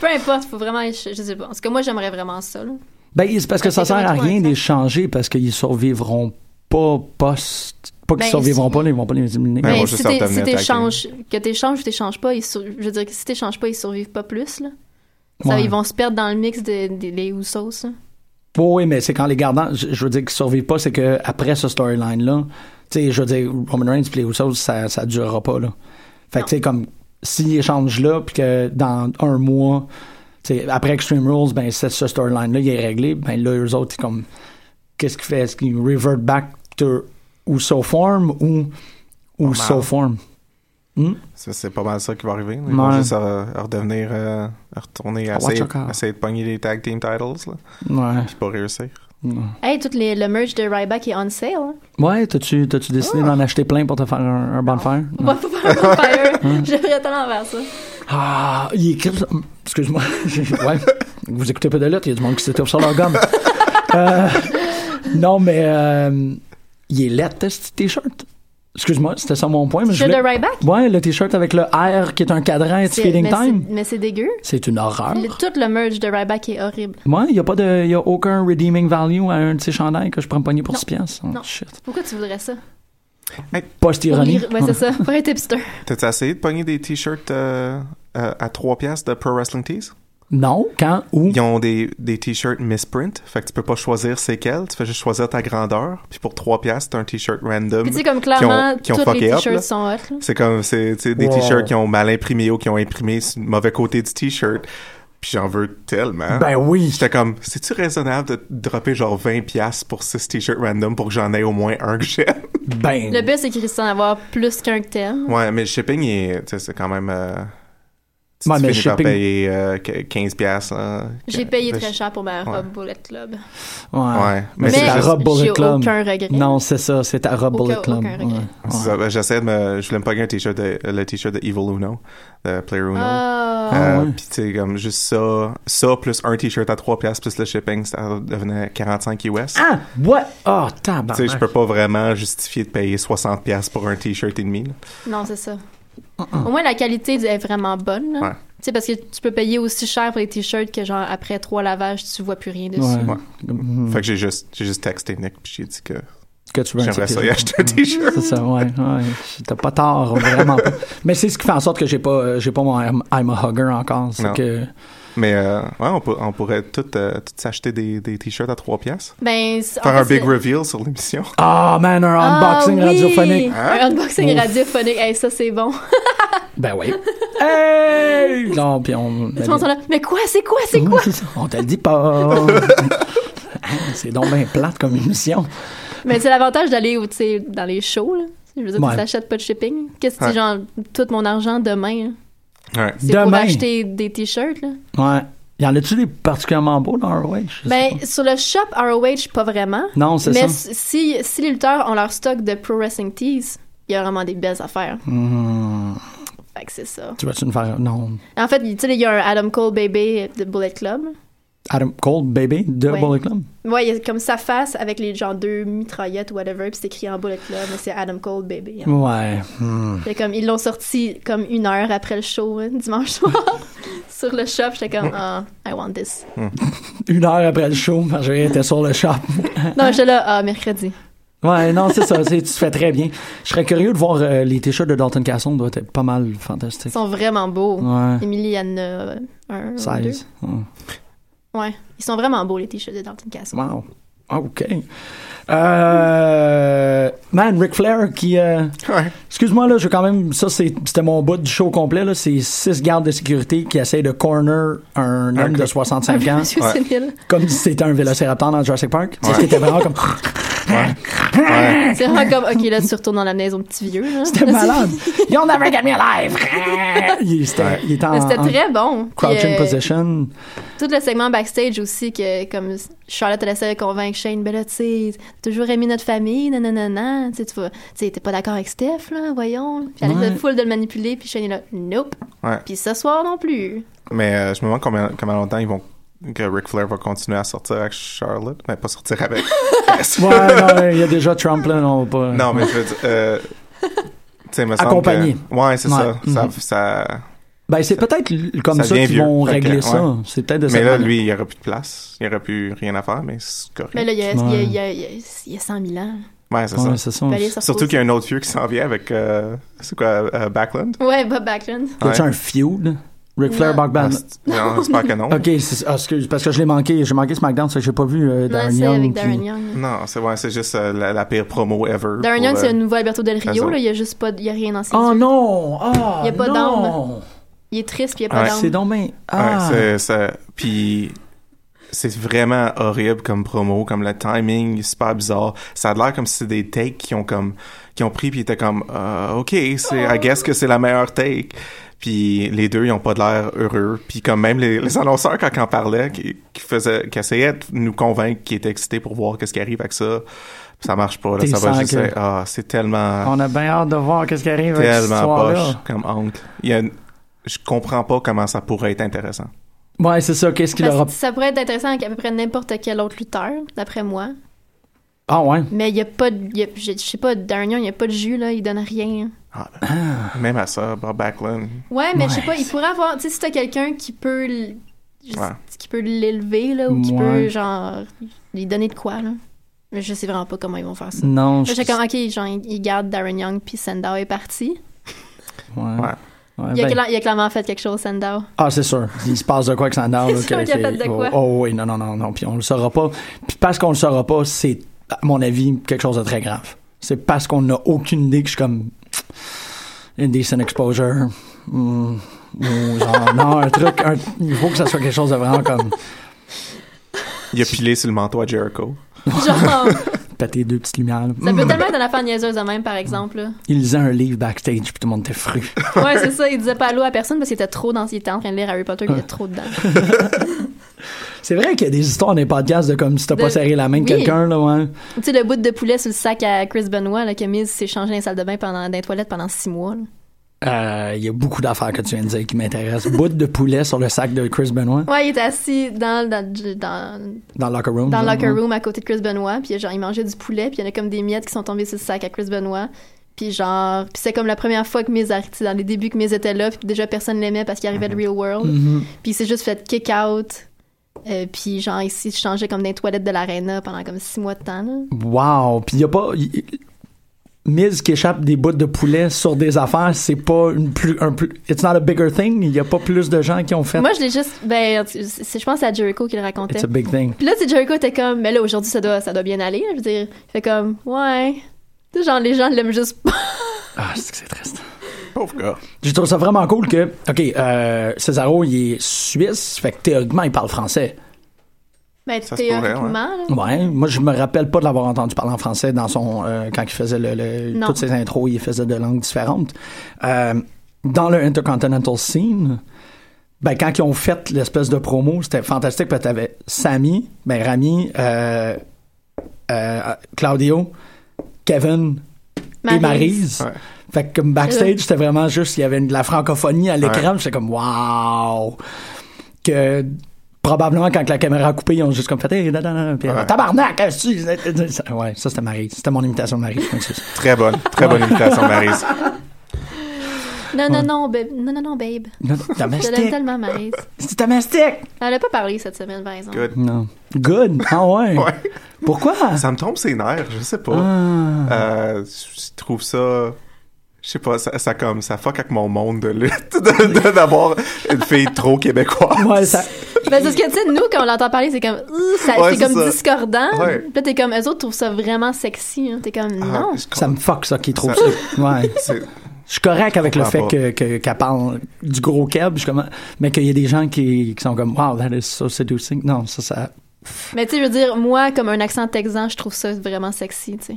Speaker 2: Peu importe, faut vraiment. Je, je sais pas. En tout cas, moi, j'aimerais vraiment ça. là.
Speaker 1: Ben, c'est parce que ça sert à rien de les changer parce qu'ils survivront pas post. Pas qu'ils
Speaker 2: Ben,
Speaker 1: survivront
Speaker 2: si-
Speaker 1: pas, ils vont pas les éliminer.
Speaker 3: Ben,
Speaker 2: Mais
Speaker 3: moi,
Speaker 2: si
Speaker 3: juste leur
Speaker 2: t'es-
Speaker 3: devenir
Speaker 2: si
Speaker 3: tag team.
Speaker 2: t'échanges, que t'échanges ou t'échanges pas, ils sur- je veux dire que si t'échanges pas, ils survivent pas plus, là. Ça,
Speaker 1: Ouais.
Speaker 2: ils vont se perdre dans le mix des de, des Usos, là.
Speaker 1: Oh oui, mais c'est quand les gardants, je, je veux dire qu'ils survivent pas, c'est que après ce storyline là, tu sais, je veux dire Roman Reigns puis les Usos, ça ça durera pas là. Fait que tu sais comme s'ils échangent là puis que dans un mois, tu sais après Extreme Rules, ben c'est ce storyline là, il est réglé, ben là eux autres c'est comme qu'est-ce qu'ils fait, est-ce qu'ils revert back to Uso form ou Uso
Speaker 3: Normal.
Speaker 1: form? Hmm?
Speaker 3: C'est- C'est pas mal ça qui va arriver. là. Ils vont
Speaker 1: Ouais.
Speaker 3: juste euh, redevenir, euh, retourner, à
Speaker 1: Watch
Speaker 3: essayer,
Speaker 1: your car.
Speaker 3: essayer de pogner les tag team titles, là,
Speaker 1: Ouais.
Speaker 3: puis pas réussir.
Speaker 2: Hey, tout les, le merch de Ryback est on sale. hein.
Speaker 1: Ouais, t'as-tu t'as-tu décidé d'en acheter plein pour te faire un, un bonfire?
Speaker 2: On va pas faire un fire. J'aimerais tellement faire ça.
Speaker 1: Ah, il écrit. Excuse-moi. j'ai- ouais. Vous écoutez pas de lettres, il y a du monde qui s'étouffe sur leur gomme. Euh, non, mais euh, il est laid, ce t-shirt. Excuse-moi, c'était ça mon point. Mais je
Speaker 2: Le de
Speaker 1: voulais-
Speaker 2: Ryback?
Speaker 1: Ouais, le t-shirt avec le R qui est un cadran et
Speaker 2: C'est-
Speaker 1: Skating
Speaker 2: mais c'est-
Speaker 1: Time.
Speaker 2: Mais c'est dégueu.
Speaker 1: C'est une horreur.
Speaker 2: Le- tout le merge de Ryback est horrible.
Speaker 1: Ouais, il n'y a, pas de- il y a aucun redeeming value à un de ces chandails que je prends me pogner pour
Speaker 2: Non.
Speaker 1: 6 piastres. Oh,
Speaker 2: Non.
Speaker 1: shit.
Speaker 2: Pourquoi tu voudrais ça?
Speaker 1: Post-ironie.
Speaker 2: Ouais, c'est ça. Pour être hipster.
Speaker 3: T'as-tu essayé de pogner des t-shirts euh, euh, à 3 piastres de Pro Wrestling Tees?
Speaker 1: Non, quand, où.
Speaker 3: Ils ont des, des t-shirts misprint, fait que tu peux pas choisir c'est quel, tu fais juste choisir ta grandeur, puis pour 3 piastres, t'as un t-shirt random.
Speaker 2: Puis tu sais, comme clairement,
Speaker 3: qui ont
Speaker 2: tous les
Speaker 3: fucké up, là.
Speaker 2: t-shirts sont hot. là.
Speaker 3: C'est comme, c'est tu sais, des
Speaker 1: Wow.
Speaker 3: t-shirts qui ont mal imprimé ou qui ont imprimé sur le mauvais côté du t-shirt, puis j'en veux tellement.
Speaker 1: Ben oui.
Speaker 3: J'étais comme, c'est-tu raisonnable de dropper genre 20 piastres pour 6 t-shirts random pour que j'en aie au moins un que j'aime?
Speaker 1: Ben.
Speaker 2: Le but, c'est qu'il risque d'en avoir plus qu'un que t'aimes.
Speaker 3: Ouais, mais le shipping, il est- tu sais, c'est quand même... Euh, tu-
Speaker 1: Ouais,
Speaker 3: tu
Speaker 1: mais le
Speaker 3: finis par
Speaker 1: shipping-
Speaker 3: payer euh, qu- 15 piastres. hein.
Speaker 2: J'ai
Speaker 3: Que-
Speaker 2: payé
Speaker 3: ben,
Speaker 2: très
Speaker 3: je-
Speaker 2: cher pour ma robe
Speaker 3: Ouais.
Speaker 2: Bullet Club.
Speaker 1: Ouais.
Speaker 3: Ouais,
Speaker 1: Mais,
Speaker 3: mais
Speaker 1: c'est
Speaker 3: c'est
Speaker 1: ta
Speaker 3: juste-
Speaker 1: robe Bullet
Speaker 2: j'ai
Speaker 1: Club.
Speaker 2: aucun regret.
Speaker 1: Non, c'est ça, c'est ta robe
Speaker 2: Aucun-
Speaker 1: Bullet Club.
Speaker 2: aucun regret.
Speaker 1: Ouais.
Speaker 3: C'est
Speaker 1: Ouais.
Speaker 3: ça, ben, J'essaie de me... Je voulais me pogner un t-shirt de... euh, Le t-shirt de Evil Uno, de Player Uno.
Speaker 2: Ah.
Speaker 1: Ah,
Speaker 3: Euh,
Speaker 1: ouais.
Speaker 3: Puis tu sais, comme juste ça, ça plus un t-shirt à 3 piastres plus le shipping, ça devenait 45 US.
Speaker 1: Ah, what? Oh,
Speaker 3: tu sais, je
Speaker 1: tabarnak.
Speaker 3: peux pas vraiment justifier de payer 60 piastres pour un t-shirt et demi. là.
Speaker 2: Non, c'est ça. Au moins, la qualité est vraiment bonne. là.
Speaker 3: Ouais.
Speaker 2: Tu sais, parce que tu peux payer aussi cher pour les t-shirts que, genre, après trois lavages, tu vois plus rien dessus.
Speaker 1: Ouais.
Speaker 3: Ouais.
Speaker 1: Mhm.
Speaker 3: Fait que j'ai juste, j'ai juste texté Nick puis j'ai dit que
Speaker 1: Que tu veux un
Speaker 3: j'aimerais
Speaker 1: petit
Speaker 3: ça y
Speaker 1: peu.
Speaker 2: Hmm.
Speaker 3: acheter un t-shirt.
Speaker 1: C'est ça, ouais, ouais. T'as pas tort, vraiment pas. Mais c'est ce qui fait en sorte que j'ai pas, euh, j'ai pas mon I'm, I'm a hugger encore. C'est
Speaker 3: Non.
Speaker 1: que.
Speaker 3: Mais euh, ouais, on, pour- on pourrait tout, euh, tout s'acheter des, des t-shirts à 3 piastres.
Speaker 2: Ben, c'est- en
Speaker 3: Faire
Speaker 2: fait,
Speaker 3: un big
Speaker 2: c'est-
Speaker 3: reveal sur l'émission.
Speaker 1: Ah, man, un
Speaker 2: Ah,
Speaker 1: unboxing
Speaker 2: oui!
Speaker 1: radiophonique.
Speaker 2: Un unboxing
Speaker 1: Ouf.
Speaker 2: radiophonique. Hey, ça, c'est bon.
Speaker 1: Ben oui. Hey! Non, puis on.
Speaker 2: Tout le monde sont là. Mais quoi? C'est quoi? C'est quoi?
Speaker 1: On te le dit pas. Hein, c'est donc bien plate comme émission.
Speaker 2: Mais c'est l'avantage d'aller au- tu sais, dans les shows. Là. Je veux dire,
Speaker 1: Ouais.
Speaker 2: tu t'achètes pas de shipping. Qu'est-ce que
Speaker 3: Ouais.
Speaker 2: tu genre, tout mon argent demain? là.
Speaker 3: Ouais.
Speaker 2: C'est pour
Speaker 1: Demain.
Speaker 2: acheter des t-shirts. là.
Speaker 1: Ouais. Y en a-tu des particulièrement beaux dans ROH? Je sais
Speaker 2: Ben, sur le shop ROH, pas vraiment.
Speaker 1: pas. non, c'est
Speaker 2: Mais
Speaker 1: ça.
Speaker 2: si, si les lutteurs ont leur stock de pro wrestling tees, il y a vraiment des belles affaires.
Speaker 1: Hmm.
Speaker 2: Fait que c'est ça.
Speaker 1: Tu vas-tu me faire. Non.
Speaker 2: En fait, tu sais, il y a un Adam Cole bébé de Bullet Club.
Speaker 1: Adam Cole, baby, de
Speaker 2: Ouais.
Speaker 1: Bullet Club.
Speaker 2: Ouais, il y a comme sa face avec les genre deux mitraillettes ou whatever, puis c'est écrit en Bullet Club, mais c'est Adam Cole bébé.
Speaker 1: Ouais. hmm.
Speaker 2: Fait comme ils l'ont sorti comme une heure après le show hein, dimanche soir sur le shop. J'étais comme, ah, I want this.
Speaker 1: Une heure après le show, Marjorie était sur le shop.
Speaker 2: Non, j'étais là, ah, mercredi.
Speaker 1: Ouais, non, c'est ça. c'est- Tu fais très bien. Je serais curieux de voir euh, les t-shirts de Dalton Casson. doit être pas mal
Speaker 2: Ils
Speaker 1: fantastique.
Speaker 2: sont vraiment beaux.
Speaker 1: Ouais. Mm.
Speaker 2: Émilie, Anne, euh, un, ou deux.
Speaker 1: 16. Ouais.
Speaker 2: Ouais. Ils sont vraiment beaux, les t-shirts de Dalton Castle.
Speaker 1: Wow. OK. Euh, man, Ric Flair qui... euh,
Speaker 3: Ouais.
Speaker 1: Excuse-moi, là, je veux quand même... Ça, c'est- c'était mon bout du show complet. là. C'est six gardes de sécurité qui essayent de corner un homme de 65 ans
Speaker 2: Monsieur
Speaker 3: Ouais.
Speaker 2: Sénil.
Speaker 1: comme si c'était un vélociraptor dans Jurassic Park. Tu sais, c'était vraiment comme...
Speaker 3: Ouais.
Speaker 2: C'est vraiment comme, OK, là, tu retournes dans la maison, petit vieux. là.
Speaker 1: C'était malade. You'll never get me alive. il, était, il était en,
Speaker 2: Mais C'était
Speaker 1: en
Speaker 2: très bon. Puis,
Speaker 1: Ah. crouching
Speaker 2: euh,
Speaker 1: position.
Speaker 2: Tout le segment backstage aussi, que comme Charlotte elle essaie de convaincre Shane, ben là, tu sais, t'as toujours aimé notre famille, nanana, tu sais, tu vas- tu sais, t'es pas d'accord avec Steph, là, voyons. Puis elle
Speaker 1: Ouais.
Speaker 2: essaie de full de le manipuler, puis Shane est là, nope.
Speaker 3: Ouais.
Speaker 2: Puis ce soir non plus.
Speaker 3: Mais euh, je me demande combien, combien longtemps ils vont que Ric Flair va continuer à sortir avec Charlotte. Mais pas sortir avec.
Speaker 1: Ouais, non, il y a déjà Trump, là, non, pas...
Speaker 3: non, mais je veux dire. Euh, tu sais, il me semble
Speaker 1: Accompagné.
Speaker 3: que- Ouais, c'est
Speaker 1: Ouais.
Speaker 3: ça.
Speaker 1: Mhm.
Speaker 3: ça, ça-
Speaker 1: Ben, c'est peut-être l- comme
Speaker 3: Ça
Speaker 1: ça,
Speaker 3: devient
Speaker 1: qu'ils vont
Speaker 3: vieux.
Speaker 1: régler
Speaker 3: Ok,
Speaker 1: ça. C'est peut-être de
Speaker 3: Mais
Speaker 1: cette
Speaker 3: là,
Speaker 1: manière.
Speaker 3: lui, il n'y aura plus de place. Il n'y aura plus rien à faire, mais c'est correct.
Speaker 2: Mais là, il y a, il y a-
Speaker 1: Ouais. Oh,
Speaker 2: il y a- il y a- il y a 100 000 ans.
Speaker 3: Ouais, c'est
Speaker 1: Ouais,
Speaker 3: ça.
Speaker 1: c'est ça.
Speaker 2: Il peut aller se
Speaker 3: Surtout
Speaker 2: reposer.
Speaker 3: qu'il y a un autre vieux qui s'en vient avec. euh, c'est quoi, euh, Backlund?
Speaker 2: Ouais, Bob Backlund.
Speaker 1: Y a-tu
Speaker 3: Ouais.
Speaker 1: un feud? Ric Flair,
Speaker 2: Non.
Speaker 1: Brock
Speaker 3: Ah,
Speaker 1: Ban-
Speaker 3: c'est- Non, j'espère que non.
Speaker 1: Ben, Ok, c'est- ah, excuse, parce que je l'ai manqué. J'ai manqué SmackDown, ça que j'ai pas vu euh,
Speaker 2: Non,
Speaker 1: Darren
Speaker 2: c'est
Speaker 1: Young. puis-
Speaker 2: avec Darren Young.
Speaker 3: Non, c'est ouais, c'est juste euh, la, la pire promo ever.
Speaker 2: Darren
Speaker 3: pour,
Speaker 2: Young,
Speaker 3: euh,
Speaker 2: c'est le nouveau Alberto Del Rio,
Speaker 3: raison.
Speaker 2: là, il y a juste pas, il y a rien dans ses
Speaker 1: Oh
Speaker 2: yeux.
Speaker 1: non! Ah!
Speaker 2: Y a pas
Speaker 1: non!
Speaker 2: Il est triste, puis il y a pas
Speaker 3: Ouais.
Speaker 2: d'armes.
Speaker 1: C'est donc bien. Ah!
Speaker 3: Ouais, c'est ça. Puis c'est vraiment horrible comme promo, comme le timing est super bizarre. Ça a l'air comme si c'est des takes qui ont comme qui ont pris puis étaient comme Euh, ok, c'est I guess que c'est la meilleure take. Puis les deux ils ont pas de l'air heureux. Puis comme même les, les annonceurs quand ils en parlaient, qui, qui faisaient, qui essayaient de nous convaincre qu'ils étaient excités pour voir qu'est-ce qui arrive avec ça. Puis ça marche pas. Là,
Speaker 1: T'es
Speaker 3: ça va
Speaker 1: sans
Speaker 3: juste
Speaker 1: que-
Speaker 3: être, ah c'est tellement
Speaker 1: On a bien hâte de voir qu'est-ce qui arrive avec cette
Speaker 3: tellement poche
Speaker 1: histoire-là.
Speaker 3: comme oncle. Il y a une- Je comprends pas comment ça pourrait être intéressant.
Speaker 1: Ouais, c'est ça. Qu'est-ce qu'il
Speaker 2: Parce
Speaker 1: leur a.
Speaker 2: que ça pourrait être intéressant avec à peu près n'importe quel autre lutteur, d'après moi.
Speaker 1: Ah ouais.
Speaker 2: Mais il y a pas de. il y a- je je sais pas, Darren Young, il y a pas de jus, là, il donne rien.
Speaker 3: Ah, ben, Même à ça, Bob Backlund.
Speaker 2: Ouais, mais je sais
Speaker 1: Ouais.
Speaker 2: pas, il pourrait avoir. Tu sais, si t'as quelqu'un qui peut. l- je sais-
Speaker 3: Ouais.
Speaker 2: qui peut l'élever, là, ou qui
Speaker 1: Ouais.
Speaker 2: peut, genre, lui donner de quoi, là. Mais je sais vraiment pas comment ils vont faire ça.
Speaker 1: Non,
Speaker 2: J'étais comme, ok, genre, ils gardent Darren Young, puis Sandow est parti.
Speaker 1: Ouais.
Speaker 3: Ouais.
Speaker 1: Ouais,
Speaker 2: Il a,
Speaker 1: ben-
Speaker 2: cla- il a clairement fait quelque chose, Sandow.
Speaker 1: Ah, c'est sûr. Il se passe de quoi que ça en a.
Speaker 2: C'est sûr qu'il a fait de quoi.
Speaker 1: Oh, oh oui, non, non, non, non. Puis on le saura pas. Puis parce qu'on le saura pas, c'est, à mon avis, quelque chose de très grave. C'est parce qu'on n'a aucune idée que je suis comme. Indecent exposure. Hmm. Ou genre, non, un truc. un- il faut que ça soit quelque chose de vraiment comme.
Speaker 3: Il a pilé sur le manteau à Jericho.
Speaker 2: Genre,
Speaker 1: Péter deux petites lumières. là.
Speaker 2: ça
Speaker 1: Hmm.
Speaker 2: peut tellement être une affaire niaiseuse de même, par exemple, là.
Speaker 1: Il lisait un livre backstage, puis tout le monde était fru.
Speaker 2: Ouais, c'est ça. Il disait pas allô à personne parce qu'il était trop dans. Il était en train de lire Harry Potter, puis il était trop dedans.
Speaker 1: C'est vrai qu'il y a des histoires dans les podcasts de comme si t'as
Speaker 2: De-
Speaker 1: pas serré la main de
Speaker 2: oui.
Speaker 1: quelqu'un, là, ouais.
Speaker 2: tu sais, le bout de poulet sur le sac à Chris Benoit, là, que Miz s'est changé dans la salle de bain pendant, dans les toilettes pendant six mois. là.
Speaker 1: Euh, Il y a beaucoup d'affaires que tu viens de dire qui m'intéressent. Bout de poulet sur le sac de Chris Benoit.
Speaker 2: Ouais, il était assis dans, dans, dans,
Speaker 1: Dans le locker room.
Speaker 2: dans le
Speaker 1: genre,
Speaker 2: locker
Speaker 1: ouais.
Speaker 2: room à côté de Chris Benoit, puis genre, il mangeait du poulet, puis il y en a comme des miettes qui sont tombées sur le sac à Chris Benoit. Puis genre, puis c'est comme la première fois que Miz arrive, tu sais, dans les débuts que Miz était là, puis déjà personne l'aimait parce qu'il arrivait de Real World.
Speaker 1: Mhm.
Speaker 2: Puis il s'est juste fait kick out. Euh, puis genre, il s'est changé comme dans les toilettes de l'arena pendant comme six mois de temps. là.
Speaker 1: Wow! Puis il n'y a pas. y- y- Miz qui échappe des bouts de poulet sur des affaires, c'est pas une plus, un plus. It's not a bigger thing. Il n'y a pas plus de gens qui ont fait.
Speaker 2: Moi, je l'ai juste. Ben, c'est- c'est- je pense que c'est à Jericho qui le racontait.
Speaker 1: It's a big thing.
Speaker 2: Puis là, c'est Jericho était comme, mais là, aujourd'hui, ça doit, ça doit bien aller. là. Je veux dire, il fait comme, ouais. Tu sais, genre, les gens l'aiment juste pas.
Speaker 1: Ah, c'est que c'est triste.
Speaker 3: Pauvre gars.
Speaker 1: Je trouve ça vraiment cool que. OK, euh, Cesaro, il est suisse, fait que théoriquement, il parle français.
Speaker 2: Ben,
Speaker 3: Ça se
Speaker 2: théoriquement,
Speaker 3: pourrait,
Speaker 2: là.
Speaker 1: Ouais, moi, je me rappelle pas de l'avoir entendu parler en français dans son. euh, quand il faisait le, le-
Speaker 2: Non.
Speaker 1: toutes ses intros, il faisait de langues différentes. Euh, dans le Intercontinental Scene, ben, quand ils ont fait l'espèce de promo, c'était fantastique parce que t'avais Sami, ben, Rami, euh, euh, Claudio, Kevin et Maryse. Euh.
Speaker 3: Ouais.
Speaker 1: Fait que comme backstage, c'était vraiment juste, il y avait une- de la francophonie à l'écran, j'étais comme wow! Que probablement quand la caméra a coupé, ils ont juste comme fait hey, da, da, da, puis,
Speaker 3: Ouais.
Speaker 1: tabarnak! hein, qu'est-ce que tu- ça- Ouais, ça c'était Marie. C'était mon imitation de Marie.
Speaker 3: Très bonne. Très bonne imitation, Maryse.
Speaker 2: Non, non, non, babe. Non, non, non, babe.
Speaker 1: Non,
Speaker 2: Je
Speaker 1: domestique.
Speaker 2: l'aime tellement, Maryse.
Speaker 1: C'est domestique.
Speaker 2: Elle n'a pas parlé cette semaine, par exemple.
Speaker 3: Good.
Speaker 1: Non. Good. Ah ouais.
Speaker 3: Ouais.
Speaker 1: Pourquoi?
Speaker 3: Ça me trompe ses nerfs, je sais pas.
Speaker 1: Ah.
Speaker 3: Euh, je trouve ça. Je sais pas, ça, ça comme ça fuck avec mon monde de lutte de- de- d'avoir une fille trop québécoise.
Speaker 1: Ouais, ça.
Speaker 2: Ben, c'est ce que, tu sais, nous, quand on l'entend parler, c'est comme, Ouh, ça-
Speaker 3: Ouais,
Speaker 2: c'est
Speaker 3: c'est
Speaker 2: comme
Speaker 3: ça.
Speaker 2: discordant.
Speaker 3: Ouais.
Speaker 2: Puis là, t'es comme, eux autres trouvent ça vraiment sexy. hein. T'es comme,
Speaker 3: Ah,
Speaker 2: non.
Speaker 3: je
Speaker 1: Ça me fuck ça qui trouve ça. Ouais.
Speaker 3: C'est-
Speaker 1: Je suis correct avec le fait
Speaker 3: comprends
Speaker 1: que que- qu'elle parle du gros cab, je suis comme mais qu'il y a des gens qui, qui sont comme wow that is so seducing. Non, ça ça
Speaker 2: Mais tu sais, je veux dire, moi, comme un accent texan, je trouve ça vraiment sexy, tu sais.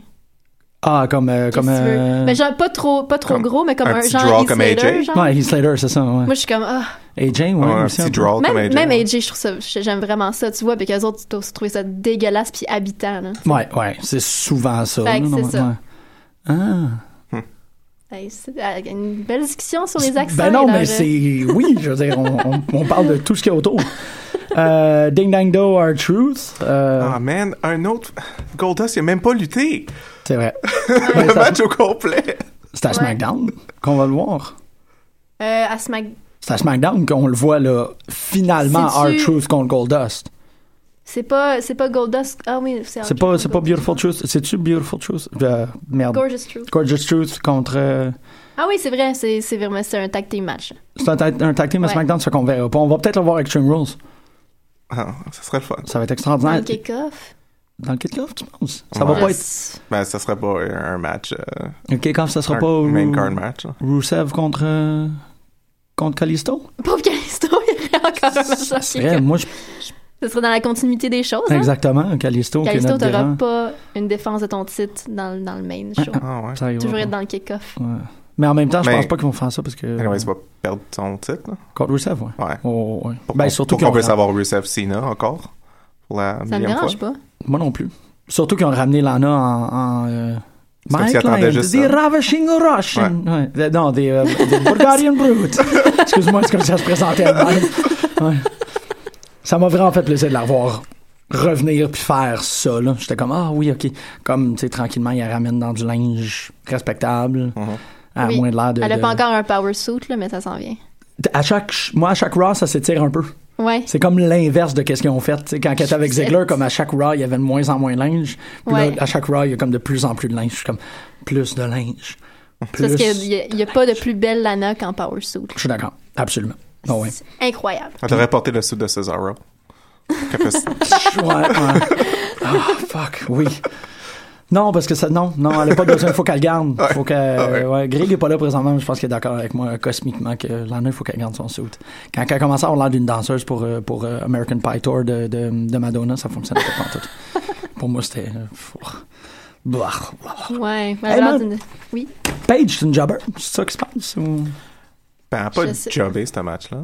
Speaker 1: ah comme euh, comme
Speaker 2: Qu'est-ce que tu veux?
Speaker 1: euh,
Speaker 2: Mais genre, pas trop, pas trop
Speaker 3: comme
Speaker 2: gros, mais comme
Speaker 3: un
Speaker 2: un,
Speaker 3: petit
Speaker 2: genre,
Speaker 3: draw
Speaker 2: Heath
Speaker 3: comme
Speaker 2: Slater,
Speaker 3: AJ.
Speaker 2: genre.
Speaker 1: ouais, Heath Slater, c'est ça ouais.
Speaker 2: Moi, je suis comme, ah.
Speaker 1: AJ ouais,
Speaker 3: ouais, un
Speaker 1: aussi hein.
Speaker 3: petit
Speaker 1: peu.
Speaker 3: drawl comme
Speaker 2: Même,
Speaker 3: AJ.
Speaker 2: même AJ, je trouve ça, j'aime vraiment ça, tu vois, puis qu'eux autres, ils trouvé ça dégueulasse puis habitant, là.
Speaker 1: Ouais, ouais, c'est souvent ça.
Speaker 2: Fait que
Speaker 1: là,
Speaker 2: c'est
Speaker 1: ouais,
Speaker 2: ça.
Speaker 1: ouais. Ah.
Speaker 2: Hey, c'est- ah, il y a une belle discussion sur les accents.
Speaker 1: Ben non,
Speaker 2: et leur,
Speaker 1: mais c'est. Oui, je veux dire, on, on- on parle de tout ce qu'il y a autour. Euh, Ding Dang Do, Our Truth. euh,
Speaker 3: Ah man, un autre. Goldust, il a même pas lutté.
Speaker 1: C'est vrai.
Speaker 3: Le
Speaker 1: Ben, ça-
Speaker 3: match au complet.
Speaker 1: C'est à
Speaker 2: Ouais.
Speaker 1: SmackDown qu'on va le voir.
Speaker 2: euh, euh, à Smack-
Speaker 1: C'est à SmackDown qu'on le voit, là, finalement, Our
Speaker 2: C'est-tu-
Speaker 1: Truth contre Goldust.
Speaker 2: C'est pas, c'est pas Goldust. Ah oui, c'est.
Speaker 1: C'est pas, c'est pas Beautiful Truth. C'est-tu Beautiful Truth? Euh, merde.
Speaker 2: Gorgeous Truth.
Speaker 1: Gorgeous Truth contre. euh,
Speaker 2: Ah oui, c'est vrai, c'est, c'est vraiment c'est un tag team match.
Speaker 1: C'est un, ta- un tag team à
Speaker 2: Ouais.
Speaker 1: SmackDown, ça qu'on verra pas. On va peut-être le voir à Extreme Rules.
Speaker 3: Ah, ça serait le fun.
Speaker 1: Ça va être extraordinaire.
Speaker 2: Un kick-off.
Speaker 1: Dans le kick-off, tu penses? Ça va
Speaker 3: Ouais.
Speaker 1: pas être.
Speaker 2: Yes.
Speaker 3: Ben, ça serait pas un match. euh,
Speaker 1: Le kick-off, ça sera
Speaker 3: un
Speaker 1: pas. au-
Speaker 3: main card match. là.
Speaker 1: Rusev contre euh, contre Kalisto.
Speaker 2: Pauvre Calisto, il y aurait encore un match. en
Speaker 1: Ce serait,
Speaker 2: kick-off.
Speaker 1: Eh, moi, je-
Speaker 2: Ce serait dans la continuité des choses. Hein?
Speaker 1: exactement Kalisto, qui est
Speaker 2: Calisto,
Speaker 1: notre
Speaker 2: t'auras
Speaker 1: grand.
Speaker 2: pas une défense de ton titre dans, le- dans le main show.
Speaker 3: Ah ouais.
Speaker 1: Ça y va,
Speaker 2: Toujours
Speaker 1: ouais.
Speaker 2: être dans le kick-off.
Speaker 1: Ouais. Mais en même temps, je
Speaker 3: Mais-
Speaker 1: pense pas qu'ils vont faire ça parce que
Speaker 3: Anyways, il va perdre son titre. là.
Speaker 1: contre Rusev, ouais.
Speaker 3: Ouais.
Speaker 1: Oh, ouais.
Speaker 3: Pour
Speaker 1: Ben,
Speaker 3: qu'on-
Speaker 1: surtout
Speaker 3: pour qu'on
Speaker 1: qu'ils ont-
Speaker 3: puisse avoir Rusev Cena encore. Pour la
Speaker 2: Ça me
Speaker 3: millième fois.
Speaker 2: dérange pas.
Speaker 1: Moi non plus. Surtout qu'ils ont ramené Lana en. en euh,
Speaker 3: comme
Speaker 1: Mike
Speaker 3: s'ils attendaient
Speaker 1: Lyons,
Speaker 3: juste euh,
Speaker 1: the
Speaker 3: ça.
Speaker 1: Ravishing Russian. Ouais. The- Non, the, euh, the Bulgarian Brute. Excuse-moi, c'est comme ça que se présentait. elle-même. Ouais. Ça m'a vraiment fait plaisir de la revoir revenir puis faire ça. là. J'étais comme, ah oui, ok. Comme, tu sais, tranquillement, il la ramène dans du linge respectable.
Speaker 3: Mhm.
Speaker 1: À
Speaker 2: Oui.
Speaker 1: moins de l'air de.
Speaker 2: Elle a
Speaker 1: de-
Speaker 2: pas encore un power suit, là, mais ça s'en vient.
Speaker 1: À chaque, moi, à chaque Raw, ça s'étire un peu.
Speaker 2: Ouais.
Speaker 1: C'est comme l'inverse de qu'est-ce qu'ils ont fait. tu sais, quand elle était avec
Speaker 2: Shit.
Speaker 1: Ziggler, comme à chaque Raw, il y avait de moins en moins de linge. Puis
Speaker 2: Ouais.
Speaker 1: là, à chaque Raw, il y a comme de plus en plus de linge. Je suis comme, plus de linge.
Speaker 2: C'est
Speaker 1: Plus.
Speaker 2: Parce qu'il y a, il y a pas de plus belle Lana qu'en power suit.
Speaker 1: Je suis d'accord. Absolument. Ah ouais.
Speaker 2: C'est incroyable.
Speaker 3: Elle devrait porter le sou de Cesaro. Qu'elle puisse-
Speaker 1: Ouais, ouais. Ah, fuck, oui. Non, parce que ça, non, non, elle n'a pas besoin, il faut qu'elle garde. Faut qu'elle,
Speaker 3: Ouais.
Speaker 1: ouais, Greg n'est pas là présentement, mais je pense qu'il est d'accord avec moi, euh, cosmiquement, que Lana, il faut qu'elle garde son suit. Quand elle commence à avoir l'air d'une danseuse pour, euh, pour euh, American Pie Tour de, de, de Madonna, ça fonctionnait pas en tout. Pour moi, c'était, euh, fou. Blah, blah.
Speaker 2: Ouais.
Speaker 1: Ah. Hey,
Speaker 2: Alors,
Speaker 1: man.
Speaker 2: d'une- Oui.
Speaker 1: Paige, c'est une jobber, c'est ça qui se passe? Ou...
Speaker 3: Ben, elle a pas
Speaker 2: Je sais-
Speaker 3: jobé ce match-là.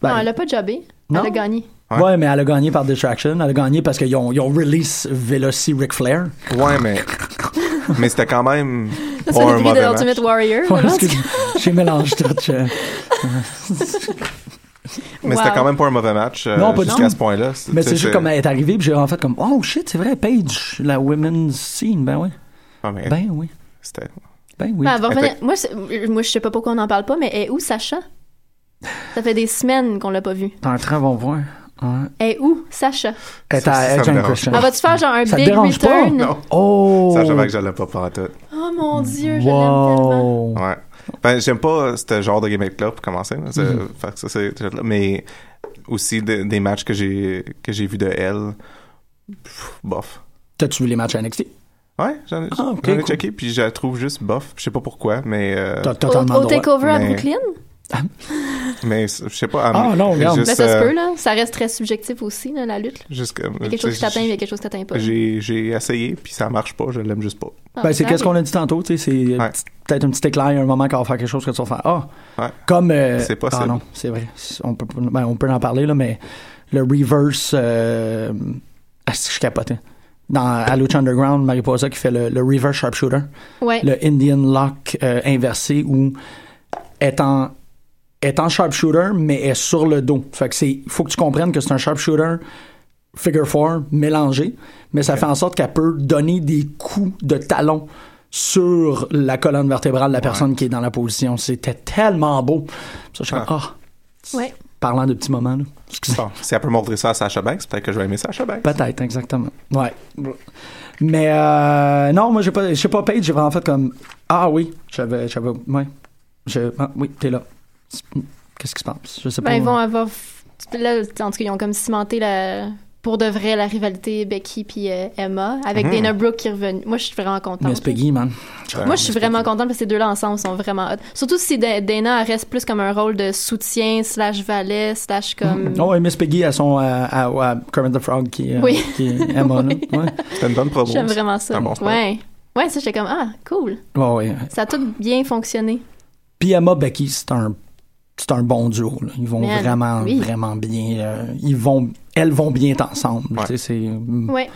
Speaker 1: Ben,
Speaker 2: non, elle a pas jobé.
Speaker 1: Non?
Speaker 2: Elle a gagné.
Speaker 1: ouais. mais elle a gagné par Distraction, elle a gagné parce qu'ils ont, ils ont release Veloci Ric Flair.
Speaker 3: Ouais, mais. mais c'était quand même.
Speaker 2: Ça,
Speaker 3: pas
Speaker 2: c'est
Speaker 3: un
Speaker 2: le début
Speaker 3: mauvais
Speaker 2: de
Speaker 3: match.
Speaker 2: Ultimate Warrior.
Speaker 1: Ouais,
Speaker 2: là.
Speaker 1: excuse-moi, j'ai mélangé tout. euh. je-
Speaker 3: Mais
Speaker 2: Wow.
Speaker 3: c'était quand même pas un mauvais match euh,
Speaker 1: Non, pas du
Speaker 3: jusqu'à
Speaker 1: tout.
Speaker 3: ce point-là.
Speaker 1: Mais c'est juste comme elle est arrivée, puis j'ai en fait comme Oh shit, c'est vrai, Paige, la women's scene. Ben oui.
Speaker 3: Ah, mais
Speaker 1: Ben oui.
Speaker 3: c'était-
Speaker 1: Ben oui.
Speaker 2: Ah, elle va revenir.
Speaker 3: Attaque.
Speaker 2: Moi, c'est- moi, je sais pas pourquoi on n'en parle pas, mais elle est où Sacha? Ça fait des semaines qu'on l'a pas vu.
Speaker 1: T'es en train de voir. Ouais.
Speaker 2: Elle est où Sacha?
Speaker 1: Elle est à
Speaker 3: Ça, ça me
Speaker 1: Edge and
Speaker 3: dérange
Speaker 1: Christian.
Speaker 3: pas.
Speaker 2: Elle va-tu faire genre un
Speaker 1: Ça te
Speaker 2: big
Speaker 1: dérange pas?
Speaker 2: return?
Speaker 3: Non.
Speaker 1: Oh!
Speaker 3: Ça, je savais que je l'ai pas pantoute.
Speaker 2: Oh mon dieu, je l'aime tellement.
Speaker 1: wow.
Speaker 3: Ouais. Ben, j'aime pas ce genre de gimmick-là pour commencer. là. C'est-
Speaker 1: Mhm.
Speaker 3: fait que ça, c'est- mais aussi de- des matchs que j'ai que j'ai vus de elle. pff, bof.
Speaker 1: T'as-tu vu les matchs NXT?
Speaker 3: Ouais, j'en ai,
Speaker 1: Ah, ok,
Speaker 3: j'en ai
Speaker 1: cool.
Speaker 3: checké, puis je la trouve juste bof. Je sais pas pourquoi, mais. euh,
Speaker 1: T'as totalement
Speaker 2: Au, au
Speaker 1: droit.
Speaker 2: takeover à
Speaker 3: Mais-
Speaker 2: Brooklyn?
Speaker 3: mais je sais pas.
Speaker 1: Ah,
Speaker 3: elle-
Speaker 1: non, regarde.
Speaker 2: Ben,
Speaker 3: juste,
Speaker 2: ça se
Speaker 3: euh,
Speaker 2: peut, là. Ça reste très subjectif aussi, là, la lutte.
Speaker 3: juste comme-
Speaker 2: Il y a quelque chose qui
Speaker 3: tu sais,
Speaker 2: t'atteint, il y a quelque chose qui t'atteint pas.
Speaker 3: J'ai j'ai essayé, puis ça marche pas, je l'aime juste pas.
Speaker 2: Ah,
Speaker 1: Ben, c'est qu'est-ce qu'on a dit tantôt, tu sais, c'est euh,
Speaker 3: Ouais.
Speaker 1: petit- peut-être un petit éclair, un moment qu'on va faire quelque chose que tu vas faire. Ah!
Speaker 3: Ouais.
Speaker 1: Comme. euh,
Speaker 3: C'est possible.
Speaker 1: Ah non, c'est vrai. On peut, pas- ben, on peut en parler, là, mais le reverse. Euh, ah, c'est que je capotais. Dans à Lucha Underground, Mariposa qui fait le, le reverse sharpshooter,
Speaker 2: Ouais.
Speaker 1: le Indian lock euh, inversé où est en, est en sharpshooter, mais est sur le dos. Fait que c'est. faut que tu comprennes que c'est un sharpshooter figure four mélangé, mais ça fait en sorte qu'elle peut donner des coups de talon sur la colonne vertébrale de la personne qui est dans la position. C'était tellement beau. Ça, je suis comme, ah,
Speaker 2: Ouais.
Speaker 1: parlant de petits moments, là.
Speaker 3: Bon, si elle peut montrer ça à Sacha Banks, peut-être que je vais aimer Sacha Banks.
Speaker 1: Peut-être, exactement. Ouais. Mais euh, non, moi, j'ai pas, je sais pas, Paige, j'ai vraiment fait comme Ah oui, j'avais. j'avais ouais. Je, ah, oui, t'es là. Qu'est-ce qui se passe? Je sais
Speaker 2: Ben,
Speaker 1: pas.
Speaker 2: ils vont avoir. Là, en tout cas, ils ont comme cimenté la. Pour de vrai, la rivalité Becky puis euh, Emma, avec
Speaker 3: Mhm.
Speaker 2: Dana Brooke qui est revenue. Moi, je suis vraiment contente.
Speaker 1: Mais c'est Peggy, man.
Speaker 2: Moi, je suis
Speaker 3: Ben,
Speaker 2: vraiment contente parce que ces deux-là ensemble sont vraiment hot. Surtout si Da- Dana elle reste plus comme un rôle de soutien, slash valet, slash comme.
Speaker 1: Oh, et Miss Peggy, à son. à, à, à Kermit the Frog qui, euh,
Speaker 2: Oui.
Speaker 1: qui est Emma, là.
Speaker 2: Oui.
Speaker 1: Ouais.
Speaker 3: C'était une bonne promo.
Speaker 2: J'aime vraiment ça.
Speaker 3: un bon sport.
Speaker 2: ouais. Ouais, ça, j'étais comme, ah, cool.
Speaker 1: Ouais, ouais.
Speaker 2: Ça a tout bien fonctionné.
Speaker 1: Puis Emma, Becky, c'est un. C'est un bon duo. là. Ils vont
Speaker 2: Man,
Speaker 1: vraiment,
Speaker 2: oui.
Speaker 1: vraiment bien. euh, ils vont, elles vont bien ensemble.
Speaker 3: Ouais.
Speaker 1: Tu sais, c'est.
Speaker 2: Ouais.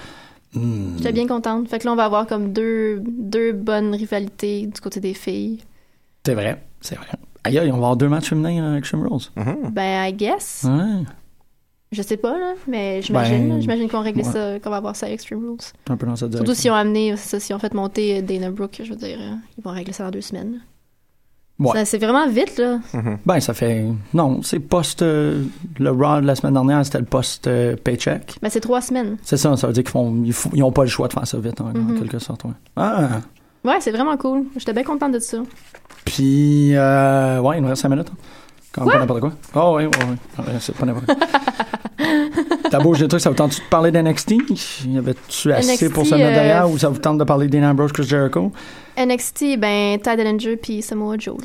Speaker 1: Mm.
Speaker 2: J'étais bien contente. Fait que là, on va avoir comme deux, deux bonnes rivalités du côté des filles.
Speaker 1: C'est vrai, c'est vrai. Aïe, aïe, on va avoir deux matchs féminins euh, avec Shim Rose.
Speaker 3: Mhm.
Speaker 2: Ben, I guess.
Speaker 1: Ouais,
Speaker 2: Je sais pas, là, mais j'imagine.
Speaker 1: Ben,
Speaker 2: là. j'imagine qu'on va régler
Speaker 1: ouais.
Speaker 2: ça, qu'on va avoir ça à Extreme Rules.
Speaker 1: c'est un peu dans cette direction.
Speaker 2: Surtout si on a amené, c'est ça, si on fait monter Dana Brooke, je veux dire, euh, ils vont régler ça dans deux semaines.
Speaker 1: Ouais.
Speaker 2: Ça, C'est vraiment vite, là.
Speaker 3: Mhm,
Speaker 1: Ben, ça fait. Non, c'est post. euh, le Raw de la semaine dernière, c'était le post euh, paycheck.
Speaker 2: Ben, c'est trois semaines.
Speaker 1: C'est ça, ça veut dire qu'ils font, ils fou- ils ont pas le choix de faire ça vite, hein, en, en
Speaker 2: Mhm.
Speaker 1: quelque sorte. ouais. Ah,
Speaker 2: Ouais, c'est vraiment cool. J'étais bien contente de ça.
Speaker 1: puis, euh, ouais, il nous reste 5 minutes. hein. Quand pas n'importe quoi. Ah ouais, ouais, ouais. Ouais, C'est pas n'importe quoi. T'as beau, j'ai le truc, ça vous tente de parler d'NXT? Y avait-tu assez
Speaker 2: NXT,
Speaker 1: pour se mettre
Speaker 2: euh,
Speaker 1: derrière ou ça vous tente de parler d'Ina Ambrose, Chris Jericho?
Speaker 2: NXT, ben, Ty Dillinger puis Samoa Joe.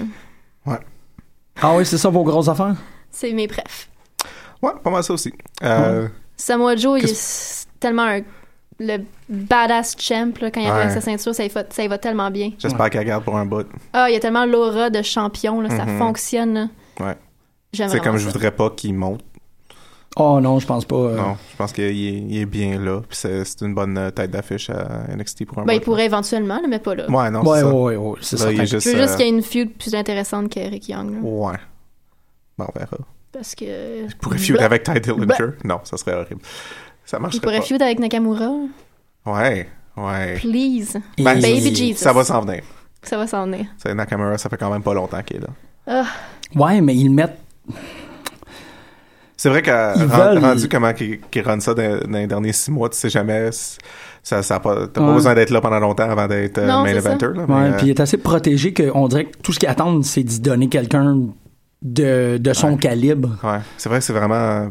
Speaker 2: là.
Speaker 1: Ah oui, c'est ça vos grosses affaires?
Speaker 2: C'est mes prefs.
Speaker 3: Ouais, pas mal ça aussi. Euh,
Speaker 2: Samoa Joe, il est s- tellement un, le badass champ, là, quand il arrive
Speaker 3: Ouais.
Speaker 2: avec sa ceinture, ça y, va, ça y va tellement bien.
Speaker 3: J'espère qu'elle garde pour un bout.
Speaker 2: Ah, il y a tellement l'aura de champion, là, ça
Speaker 3: Mhm.
Speaker 2: fonctionne. là.
Speaker 3: Ouais.
Speaker 2: J'aime
Speaker 3: C'est
Speaker 2: vraiment
Speaker 3: comme je
Speaker 2: ça.
Speaker 3: voudrais pas qu'il monte.
Speaker 1: Oh non, je pense pas. euh,
Speaker 3: Non, je pense qu'il est, il est bien là. Puis c'est c'est une bonne euh, tête d'affiche à NXT
Speaker 1: Ah
Speaker 3: pour un
Speaker 2: Ben, il
Speaker 3: bout.
Speaker 2: pourrait éventuellement, là, mais pas là.
Speaker 3: Ouais, non,
Speaker 1: Ouais,
Speaker 3: c'est ça.
Speaker 1: ouais, ouais, ouais, c'est Oh.
Speaker 3: Là, il
Speaker 1: certain.
Speaker 3: est
Speaker 2: Je veux
Speaker 3: euh,
Speaker 2: juste qu'il y ait une feud plus intéressante que Rick Young, là,
Speaker 3: Ouais. Ben, on verra.
Speaker 2: parce que...
Speaker 3: Il pourrait feud
Speaker 1: Bah.
Speaker 3: avec Ty Dillinger. Non, ça serait horrible. Ça
Speaker 2: Ben- Il
Speaker 3: marcherait
Speaker 2: pourrait
Speaker 3: pas.
Speaker 2: feud avec Nakamura,
Speaker 3: Ouais, ouais.
Speaker 2: please.
Speaker 3: Ben,
Speaker 2: Baby Jesus.
Speaker 3: Ça va s'en venir.
Speaker 2: Ça va s'en venir. Ah,
Speaker 3: C'est Nakamura, ça fait quand même pas longtemps qu'il est là.
Speaker 1: Ouais, mais ils mettent.
Speaker 3: C'est vrai qu'à
Speaker 1: Ils
Speaker 3: ren-
Speaker 1: veulent-
Speaker 3: rendu comment qu'ils qu'ils run ça dans, dans les derniers six mois, tu sais jamais. c- Ça, ça a pas, t'as pas
Speaker 1: Ouais.
Speaker 3: besoin d'être là pendant longtemps avant d'être euh,
Speaker 2: Non,
Speaker 3: main
Speaker 2: c'est
Speaker 3: eventer. Là, mais,
Speaker 1: Ouais,
Speaker 3: euh,
Speaker 1: puis il est assez protégé qu'on dirait que tout ce qu'ils attendent, c'est d'y donner quelqu'un de, de son calibre.
Speaker 3: ouais. c'est vrai que c'est vraiment euh,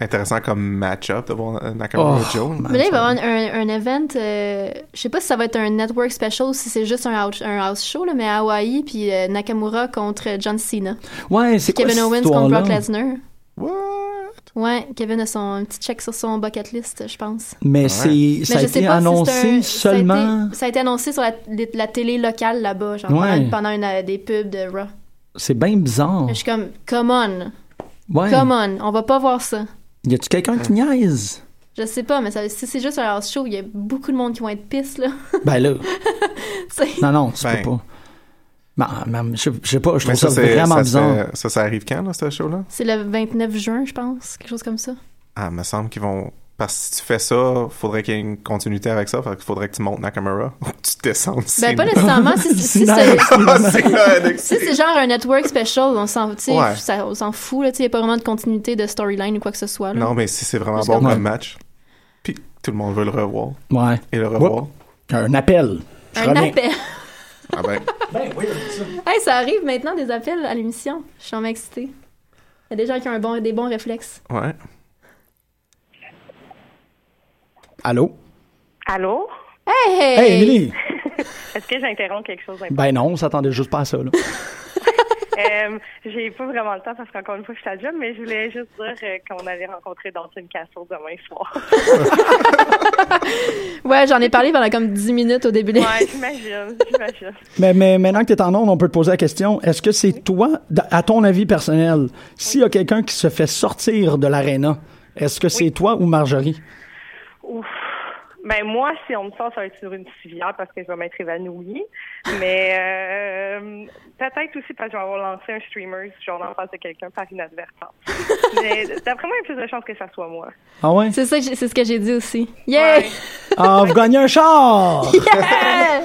Speaker 3: intéressant comme match-up de voir euh, Nakamura
Speaker 1: Oh,
Speaker 3: et Joe.
Speaker 1: man,
Speaker 2: Mais là, il va y
Speaker 1: ça-
Speaker 2: avoir un, un event, euh, je sais pas si ça va être un network special ou si c'est juste un house, un house show, là, mais à Hawaii, puis euh, Nakamura contre John Cena.
Speaker 1: Ouais, c'est quoi
Speaker 2: Kevin
Speaker 1: cette
Speaker 2: Owens contre
Speaker 1: histoire-là?
Speaker 2: Brock Lesnar.
Speaker 3: What?
Speaker 2: Ouais, Kevin a son un petit check sur son bucket list, je pense.
Speaker 1: Mais c'est ça
Speaker 2: mais
Speaker 1: a
Speaker 2: je sais
Speaker 1: été
Speaker 2: pas
Speaker 1: annoncé
Speaker 2: si c'est un- ça a été-
Speaker 1: seulement.
Speaker 2: Ça a, été, annoncé sur la, les- la télé locale là-bas, genre
Speaker 1: Ouais.
Speaker 2: pendant, pendant une, euh, des pubs de Raw.
Speaker 1: C'est bien bizarre.
Speaker 2: Je suis comme, come on,
Speaker 1: Ouais.
Speaker 2: come on, on va pas voir ça.
Speaker 1: Y a-tu quelqu'un qui niaise?
Speaker 2: Je sais pas, mais ça- si c'est juste un house show, il y a beaucoup de monde qui vont être pisse, là.
Speaker 1: Ben là,
Speaker 2: C'est-
Speaker 1: non, non, tu
Speaker 3: Ben.
Speaker 1: peux pas. Ben, ben, je, je sais pas, je
Speaker 3: Mais
Speaker 1: trouve ça,
Speaker 3: c'est-
Speaker 1: vraiment
Speaker 3: ça,
Speaker 1: bizarre.
Speaker 3: c'est- ça, ça arrive quand, là, ce show-là?
Speaker 2: C'est le 29 juin, je pense, quelque chose comme ça.
Speaker 3: Ah, me semble qu'ils vont. Parce que si tu fais ça, faudrait qu'il y ait une continuité avec ça. Fait qu'il faudrait que tu montes Nakamura ou que tu descendes.
Speaker 2: Ben, pas
Speaker 3: Cena.
Speaker 2: nécessairement. Si, si- si c'est-
Speaker 3: Ah, c'est là, NXT.
Speaker 2: si c'est genre un network special, on s'en tu sais,
Speaker 3: Ouais.
Speaker 2: ça- on s'en fout, là, tu sais, il n'y a pas vraiment de continuité de storyline ou quoi que ce soit. Là.
Speaker 3: Non, mais si c'est vraiment
Speaker 2: Juste
Speaker 3: bon
Speaker 1: comme-
Speaker 3: comme match, puis tout le monde veut le revoir
Speaker 1: Ouais.
Speaker 3: et le revoir.
Speaker 1: Un appel. Je
Speaker 2: un
Speaker 1: reviens.
Speaker 2: appel.
Speaker 3: Ah ben,
Speaker 1: Ben oui, ça.
Speaker 2: hey, ça arrive maintenant des appels à l'émission. Je suis en excitée. Il y a des gens qui ont un bon, des bons réflexes.
Speaker 3: ouais.
Speaker 1: Allô?
Speaker 4: Allô?
Speaker 2: Hey!
Speaker 1: Hey, Emily!
Speaker 4: Est-ce que j'interromps quelque chose? d'important?
Speaker 1: Ben non, on s'attendait juste pas à ça, là.
Speaker 4: Euh, J'ai pas vraiment le temps parce qu'encore une fois, je suis à la job, mais je voulais juste dire euh, qu'on allait rencontrer Dalton Castle demain soir.
Speaker 2: Ouais, j'en ai parlé pendant comme 10 minutes au début.
Speaker 4: Ouais, j'imagine, j'imagine.
Speaker 1: Mais, mais maintenant que tu es en onde, on peut te poser la question. Est-ce que c'est toi, d- à ton avis personnel, s'il y a quelqu'un qui se fait sortir de l'aréna, est-ce que c'est toi ou Marjorie?
Speaker 4: Ouf. Ben moi, si on me sort, ça va être sur une civière parce que je vais m'être évanouie. Mais euh, peut-être aussi parce que je vais avoir lancé un streamer si j'en en face de quelqu'un par inadvertance. Mais d'après moi, il y a plus de chances que ça soit moi.
Speaker 1: Ah ouais?
Speaker 2: C'est ça, que j'ai- c'est ce que j'ai dit aussi. Yeah!
Speaker 4: Ouais.
Speaker 1: Ah, vous gagnez un char!
Speaker 2: Yeah!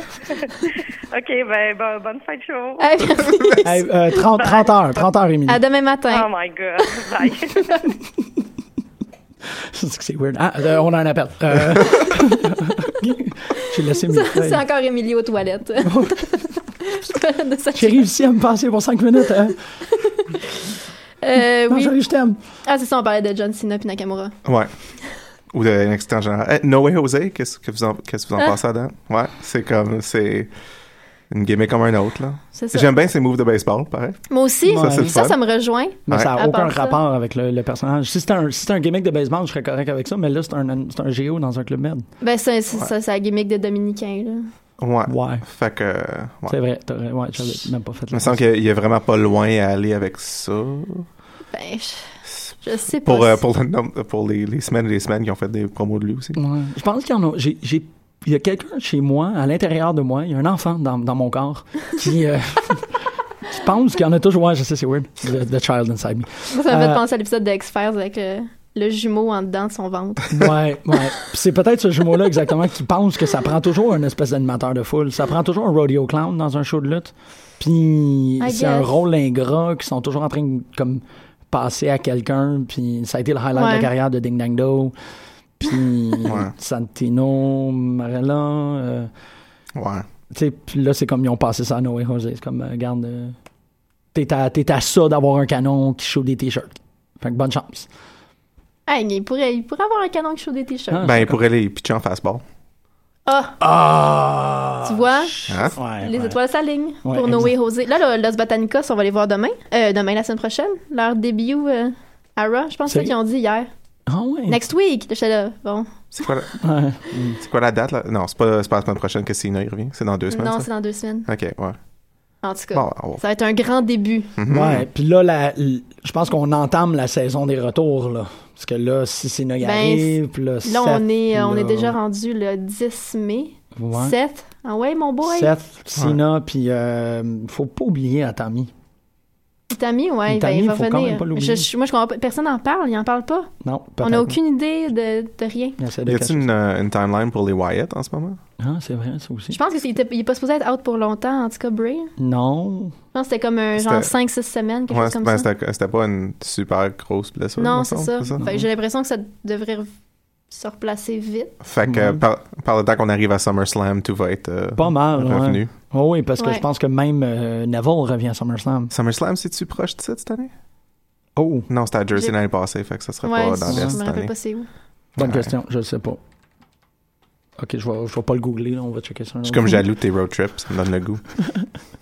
Speaker 4: OK, ben bon- bonne fin de show.
Speaker 2: Hey, merci.
Speaker 1: Hey, euh, 30, 30 heures, 30 heures, Émilie.
Speaker 2: À demain
Speaker 4: Oh
Speaker 2: matin.
Speaker 4: my God. Bye.
Speaker 1: C'est que c'est weird. Ah, euh, on a un appel. Euh, J'ai laissé mes
Speaker 2: Ça,
Speaker 1: feuilles.
Speaker 2: C'est encore Émilie aux toilettes. De sa-
Speaker 1: J'ai réussi à me passer pour 5 minutes. Hein?
Speaker 2: Euh,
Speaker 1: Non,
Speaker 2: oui.
Speaker 1: sorry, je t'aime.
Speaker 2: Ah, c'est ça, on parlait de John Cena puis Nakamura.
Speaker 3: Ouais. Ou de NXT en général. Eh, no Way Jose, qu'est-ce que vous en, qu'est-ce que vous en
Speaker 2: Ah.
Speaker 3: pensez dedans? Ouais, c'est comme, c'est une gimmick comme un autre, là.
Speaker 2: C'est ça.
Speaker 3: J'aime bien ses moves de baseball, pareil.
Speaker 2: Moi aussi,
Speaker 1: Ouais.
Speaker 3: Ça, c'est le
Speaker 2: ça,
Speaker 3: fun.
Speaker 2: ça me rejoint.
Speaker 1: Mais ça
Speaker 2: Ouais.
Speaker 1: n'a
Speaker 2: À
Speaker 1: aucun
Speaker 2: part ça.
Speaker 1: rapport avec le, le personnage. Si c'était un, si c'était un gimmick de baseball, je serais correct avec ça, mais là, c'est un, c'est un géo dans un club med.
Speaker 2: Ben, c'est c'est- ça, c'est la gimmick de Dominicain, là.
Speaker 3: Ah. Ouais.
Speaker 1: Ouais.
Speaker 3: Fait que, euh, ouais.
Speaker 1: C'est vrai. t'aurais- Ouais, j'avais même pas fait
Speaker 3: Il
Speaker 1: la
Speaker 3: me semble qu'il y a vraiment pas loin à aller avec ça.
Speaker 2: Ben, je, je sais pas.
Speaker 3: Pour, euh,
Speaker 2: si-
Speaker 3: pour, le nombre- pour les, les semaines et les semaines qui ont fait des promos de lui aussi.
Speaker 1: Ouais. Je pense qu'il y en a. j'ai- j'ai- il y a quelqu'un chez moi, à l'intérieur de moi, il y a un enfant dans, dans mon corps qui, euh, qui pense qu'il y en a toujours. Ouais, je sais, c'est weird. The, the child inside me.
Speaker 2: Ça me
Speaker 1: euh,
Speaker 2: fait penser à l'épisode de X-Files avec euh, le jumeau en dedans de son ventre.
Speaker 1: Ouais, ouais. Puis c'est peut-être ce jumeau-là exactement qui pense que ça prend toujours un espèce d'animateur de foule. Ça prend toujours un rodeo clown dans un show de lutte. Puis
Speaker 2: I
Speaker 1: c'est un
Speaker 2: guess.
Speaker 1: rôle ingrat qui sont toujours en train de comme, passer à quelqu'un. Puis ça a été le highlight de
Speaker 2: Ouais.
Speaker 1: la carrière de Ding Dang Do. Puis
Speaker 3: Ouais.
Speaker 1: Santino, Marella. euh,
Speaker 3: Ouais.
Speaker 2: Ah,
Speaker 1: Tu sais, puis là, c'est comme ils ont passé ça à Noé José. C'est comme, euh, regarde, euh, t'es à, t'es à ça d'avoir un canon qui chauffe des t-shirts. Fait que bonne chance.
Speaker 2: Hey, mais il pourrait, il pourrait avoir un canon qui chauffe des t-shirts.
Speaker 1: Ah,
Speaker 3: Ben, il pourrait les pitcher en fastball.
Speaker 2: Ah,
Speaker 1: Ah!
Speaker 2: tu vois?
Speaker 3: Hein?
Speaker 1: Ouais,
Speaker 2: Les
Speaker 1: ouais.
Speaker 2: étoiles s'alignent
Speaker 1: Ouais,
Speaker 2: pour Noé José. Là, le- Los Botanicos, on va les voir demain. Euh, demain, la semaine prochaine. Leur début euh, à Raw, je pense
Speaker 1: C'est-
Speaker 2: c'est ce qu'ils ont dit hier.
Speaker 1: Ah ouais.
Speaker 2: Next week, j'étais là. Bon.
Speaker 3: C'est quoi, la,
Speaker 1: Ouais.
Speaker 3: c'est quoi la date, là? Non, c'est pas, c'est pas la semaine prochaine que Cena il revient. C'est dans deux semaines,
Speaker 2: Non,
Speaker 3: ça?
Speaker 2: c'est dans deux semaines.
Speaker 3: Ok, ouais.
Speaker 2: En tout cas,
Speaker 3: Bon, on va-
Speaker 2: ça va être un grand début.
Speaker 3: Mhm.
Speaker 1: Ouais, puis là, la, l- je pense qu'on entame la saison des retours, là. Parce que là, si c'est y
Speaker 2: Ben,
Speaker 1: arrive, puis là,
Speaker 2: Là, on
Speaker 1: Seth,
Speaker 2: est, euh, on
Speaker 1: là-
Speaker 2: est déjà rendu le 10 mai.
Speaker 1: Ouais.
Speaker 2: 7. Ah ouais, mon boy.
Speaker 1: Seth, Sina, puis euh, faut pas oublier à Tommy.
Speaker 2: Itami, ouais,
Speaker 1: Itami,
Speaker 2: ben, il va
Speaker 1: faut quand même
Speaker 2: venir.
Speaker 1: pas l'oublier.
Speaker 2: Je- je- moi, je comprends pas. Personne n'en parle, il en parle pas.
Speaker 1: Non,
Speaker 2: On n'a
Speaker 1: peut-être.
Speaker 2: aucune idée de, de rien.
Speaker 1: Il essaie de
Speaker 3: Y
Speaker 1: cacher
Speaker 3: a-t-il une, euh, une timeline pour les Wyatt en ce moment?
Speaker 1: ça. Ah, c'est vrai, ça aussi.
Speaker 2: Je pense qu'il n'est pas supposé être out pour longtemps, en tout cas, Bray.
Speaker 1: Non.
Speaker 2: Je pense que c'était comme un genre
Speaker 3: C'était-
Speaker 2: 5-6 semaines, quelque
Speaker 3: Ouais,
Speaker 2: chose comme
Speaker 3: ben,
Speaker 2: ça.
Speaker 3: c'était c'était pas une super grosse blessure.
Speaker 2: Non,
Speaker 3: me
Speaker 2: c'est
Speaker 3: semble,
Speaker 2: ça. Fait que J'ai l'impression que ça devrait re- se replacer vite.
Speaker 3: Fait que
Speaker 1: Ouais.
Speaker 3: par, par le temps qu'on arrive à SummerSlam, tout va être euh,
Speaker 1: Pas mal, ouais.
Speaker 3: revenu.
Speaker 1: Oh oui, parce que
Speaker 2: Ouais.
Speaker 1: je pense que même euh, Neville revient à SummerSlam.
Speaker 3: SummerSlam, c'est-tu proche de ça cette année?
Speaker 1: Oh,
Speaker 3: Non, c'était à Jersey
Speaker 2: J'ai-
Speaker 3: l'année passée, fait que ça serait
Speaker 2: ouais,
Speaker 3: pas dans
Speaker 2: je
Speaker 3: l'Est
Speaker 2: me
Speaker 3: cette
Speaker 2: rappelle
Speaker 3: année.
Speaker 2: pas c'est où.
Speaker 1: bonne
Speaker 3: Ouais.
Speaker 1: question, je le sais pas. Ok, je vais, je vais pas le googler, là, on va checker ça.
Speaker 3: Je suis comme jaloux de tes road trips, ça me donne le goût.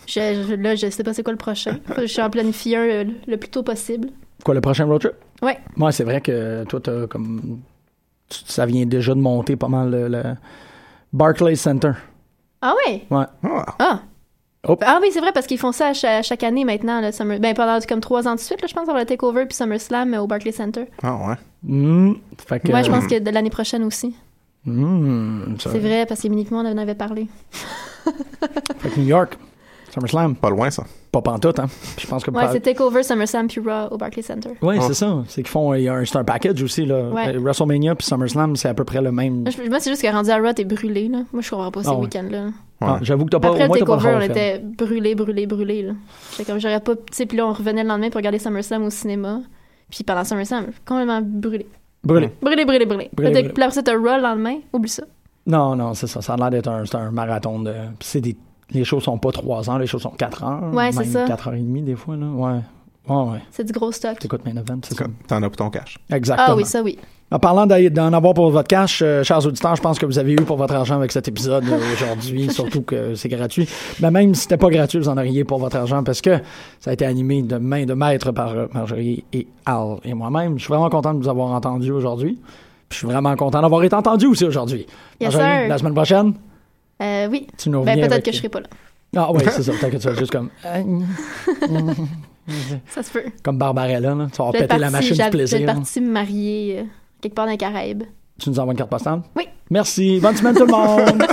Speaker 2: Je, je- là, je sais pas c'est quoi le prochain. je suis en planifier un euh, le plus tôt possible.
Speaker 1: Quoi, le prochain road trip?
Speaker 2: Ouais.
Speaker 1: Ouais, c'est vrai que toi, t'as comme. tu- Ça vient déjà de monter pas mal le, le Barclays Center.
Speaker 2: Ah ouais?
Speaker 3: Ah,
Speaker 2: Ah!
Speaker 1: Oh.
Speaker 2: Ah oui, c'est vrai, parce qu'ils font ça à cha- à chaque année maintenant. Là, Summer... Ben, pendant comme trois ans de suite, là, je pense, avoir le Takeover puis SummerSlam euh, au Barclays Center.
Speaker 3: ah ouais.
Speaker 1: Hum, Fait que.
Speaker 2: Ouais, je pense que de l'année prochaine aussi.
Speaker 1: Hum, ça-
Speaker 2: C'est vrai, parce qu'uniquement, on en avait parlé.
Speaker 1: Fait que New York, SummerSlam,
Speaker 3: Pas loin, ça.
Speaker 1: pas pantoute, hein. Je pense que.
Speaker 2: Ouais, c'est Takeover, SummerSlam puis Raw au Barclays Center.
Speaker 1: Ouais,
Speaker 3: Oh.
Speaker 1: c'est ça. C'est qu'ils font. il y a un- C'est un package aussi, là.
Speaker 2: Ouais.
Speaker 1: Euh, WrestleMania puis SummerSlam, c'est à peu près le même.
Speaker 2: Moi, je- moi, c'est juste que rendu à Raw, t'es brûlé, là. Moi, je comprends pas ces
Speaker 1: Ah ouais.
Speaker 2: week-ends-là.
Speaker 3: Ouais.
Speaker 1: Ah, J'avoue que t'as pas.
Speaker 2: Après
Speaker 1: au moins, t'as
Speaker 2: le
Speaker 1: pas le
Speaker 2: Takeover, on
Speaker 1: hall of fame.
Speaker 2: était brûlé, brûlé, brûlé, là. J'étais comme, j'aurais pas... Tu sais, puis là, on revenait le lendemain pour regarder SummerSlam au cinéma. Puis pendant SummerSlam, complètement brûlé.
Speaker 1: Brûlé.
Speaker 2: Brûlé, brûlé, brûlé.
Speaker 1: Brûlé,
Speaker 2: Puis là,
Speaker 1: brûlé.
Speaker 2: puis après ça, t'as Raw le lendemain. Oublie ça.
Speaker 1: Non, non, c'est ça. Ça a l'air d'être un, c'est un marathon de. puis c'est des. Les choses sont pas 3 ans, les choses sont 4 heures.
Speaker 2: Ouais, c'est
Speaker 1: même
Speaker 2: ça.
Speaker 1: 4 heures et demie, des fois, là. Ouais. Ouais, ouais.
Speaker 2: C'est du gros stock.
Speaker 1: T'écoutes main event, c'est
Speaker 3: C'est
Speaker 1: ça.
Speaker 3: comme- T'en as pour ton cash.
Speaker 1: Exactement.
Speaker 2: Ah oui, ça oui.
Speaker 1: En parlant d'a- d'en avoir pour votre cash, euh, chers auditeurs, je pense que vous avez eu pour votre argent avec cet épisode euh, aujourd'hui, surtout que c'est gratuit. Mais même si c'était pas gratuit, vous en auriez pour votre argent parce que ça a été animé de main de maître par euh, Marjorie et Al et moi-même. Je suis vraiment content de vous avoir entendu aujourd'hui. Puis Je suis vraiment content d'avoir été entendu aussi aujourd'hui.
Speaker 2: Yes,
Speaker 1: Marjorie,
Speaker 2: sir.
Speaker 1: la semaine prochaine,
Speaker 2: Euh, oui.
Speaker 1: tu nous reviens
Speaker 2: Ben, peut-être
Speaker 1: avec-
Speaker 2: que je serai pas là.
Speaker 1: Ah oui, c'est ça. Peut-être que tu vas juste comme... euh,
Speaker 2: Ça se peut.
Speaker 1: comme Barbarella, là. Tu vas
Speaker 2: Je vais
Speaker 1: péter
Speaker 2: être
Speaker 1: la
Speaker 2: partie-
Speaker 1: machine
Speaker 2: j'ai-
Speaker 1: du
Speaker 2: Je vais
Speaker 1: plaisir.
Speaker 2: être partie me marier euh, quelque part dans les Caraïbes.
Speaker 1: Tu nous envoies une carte postale?
Speaker 2: Oui.
Speaker 1: Merci. Bonne semaine tout le monde.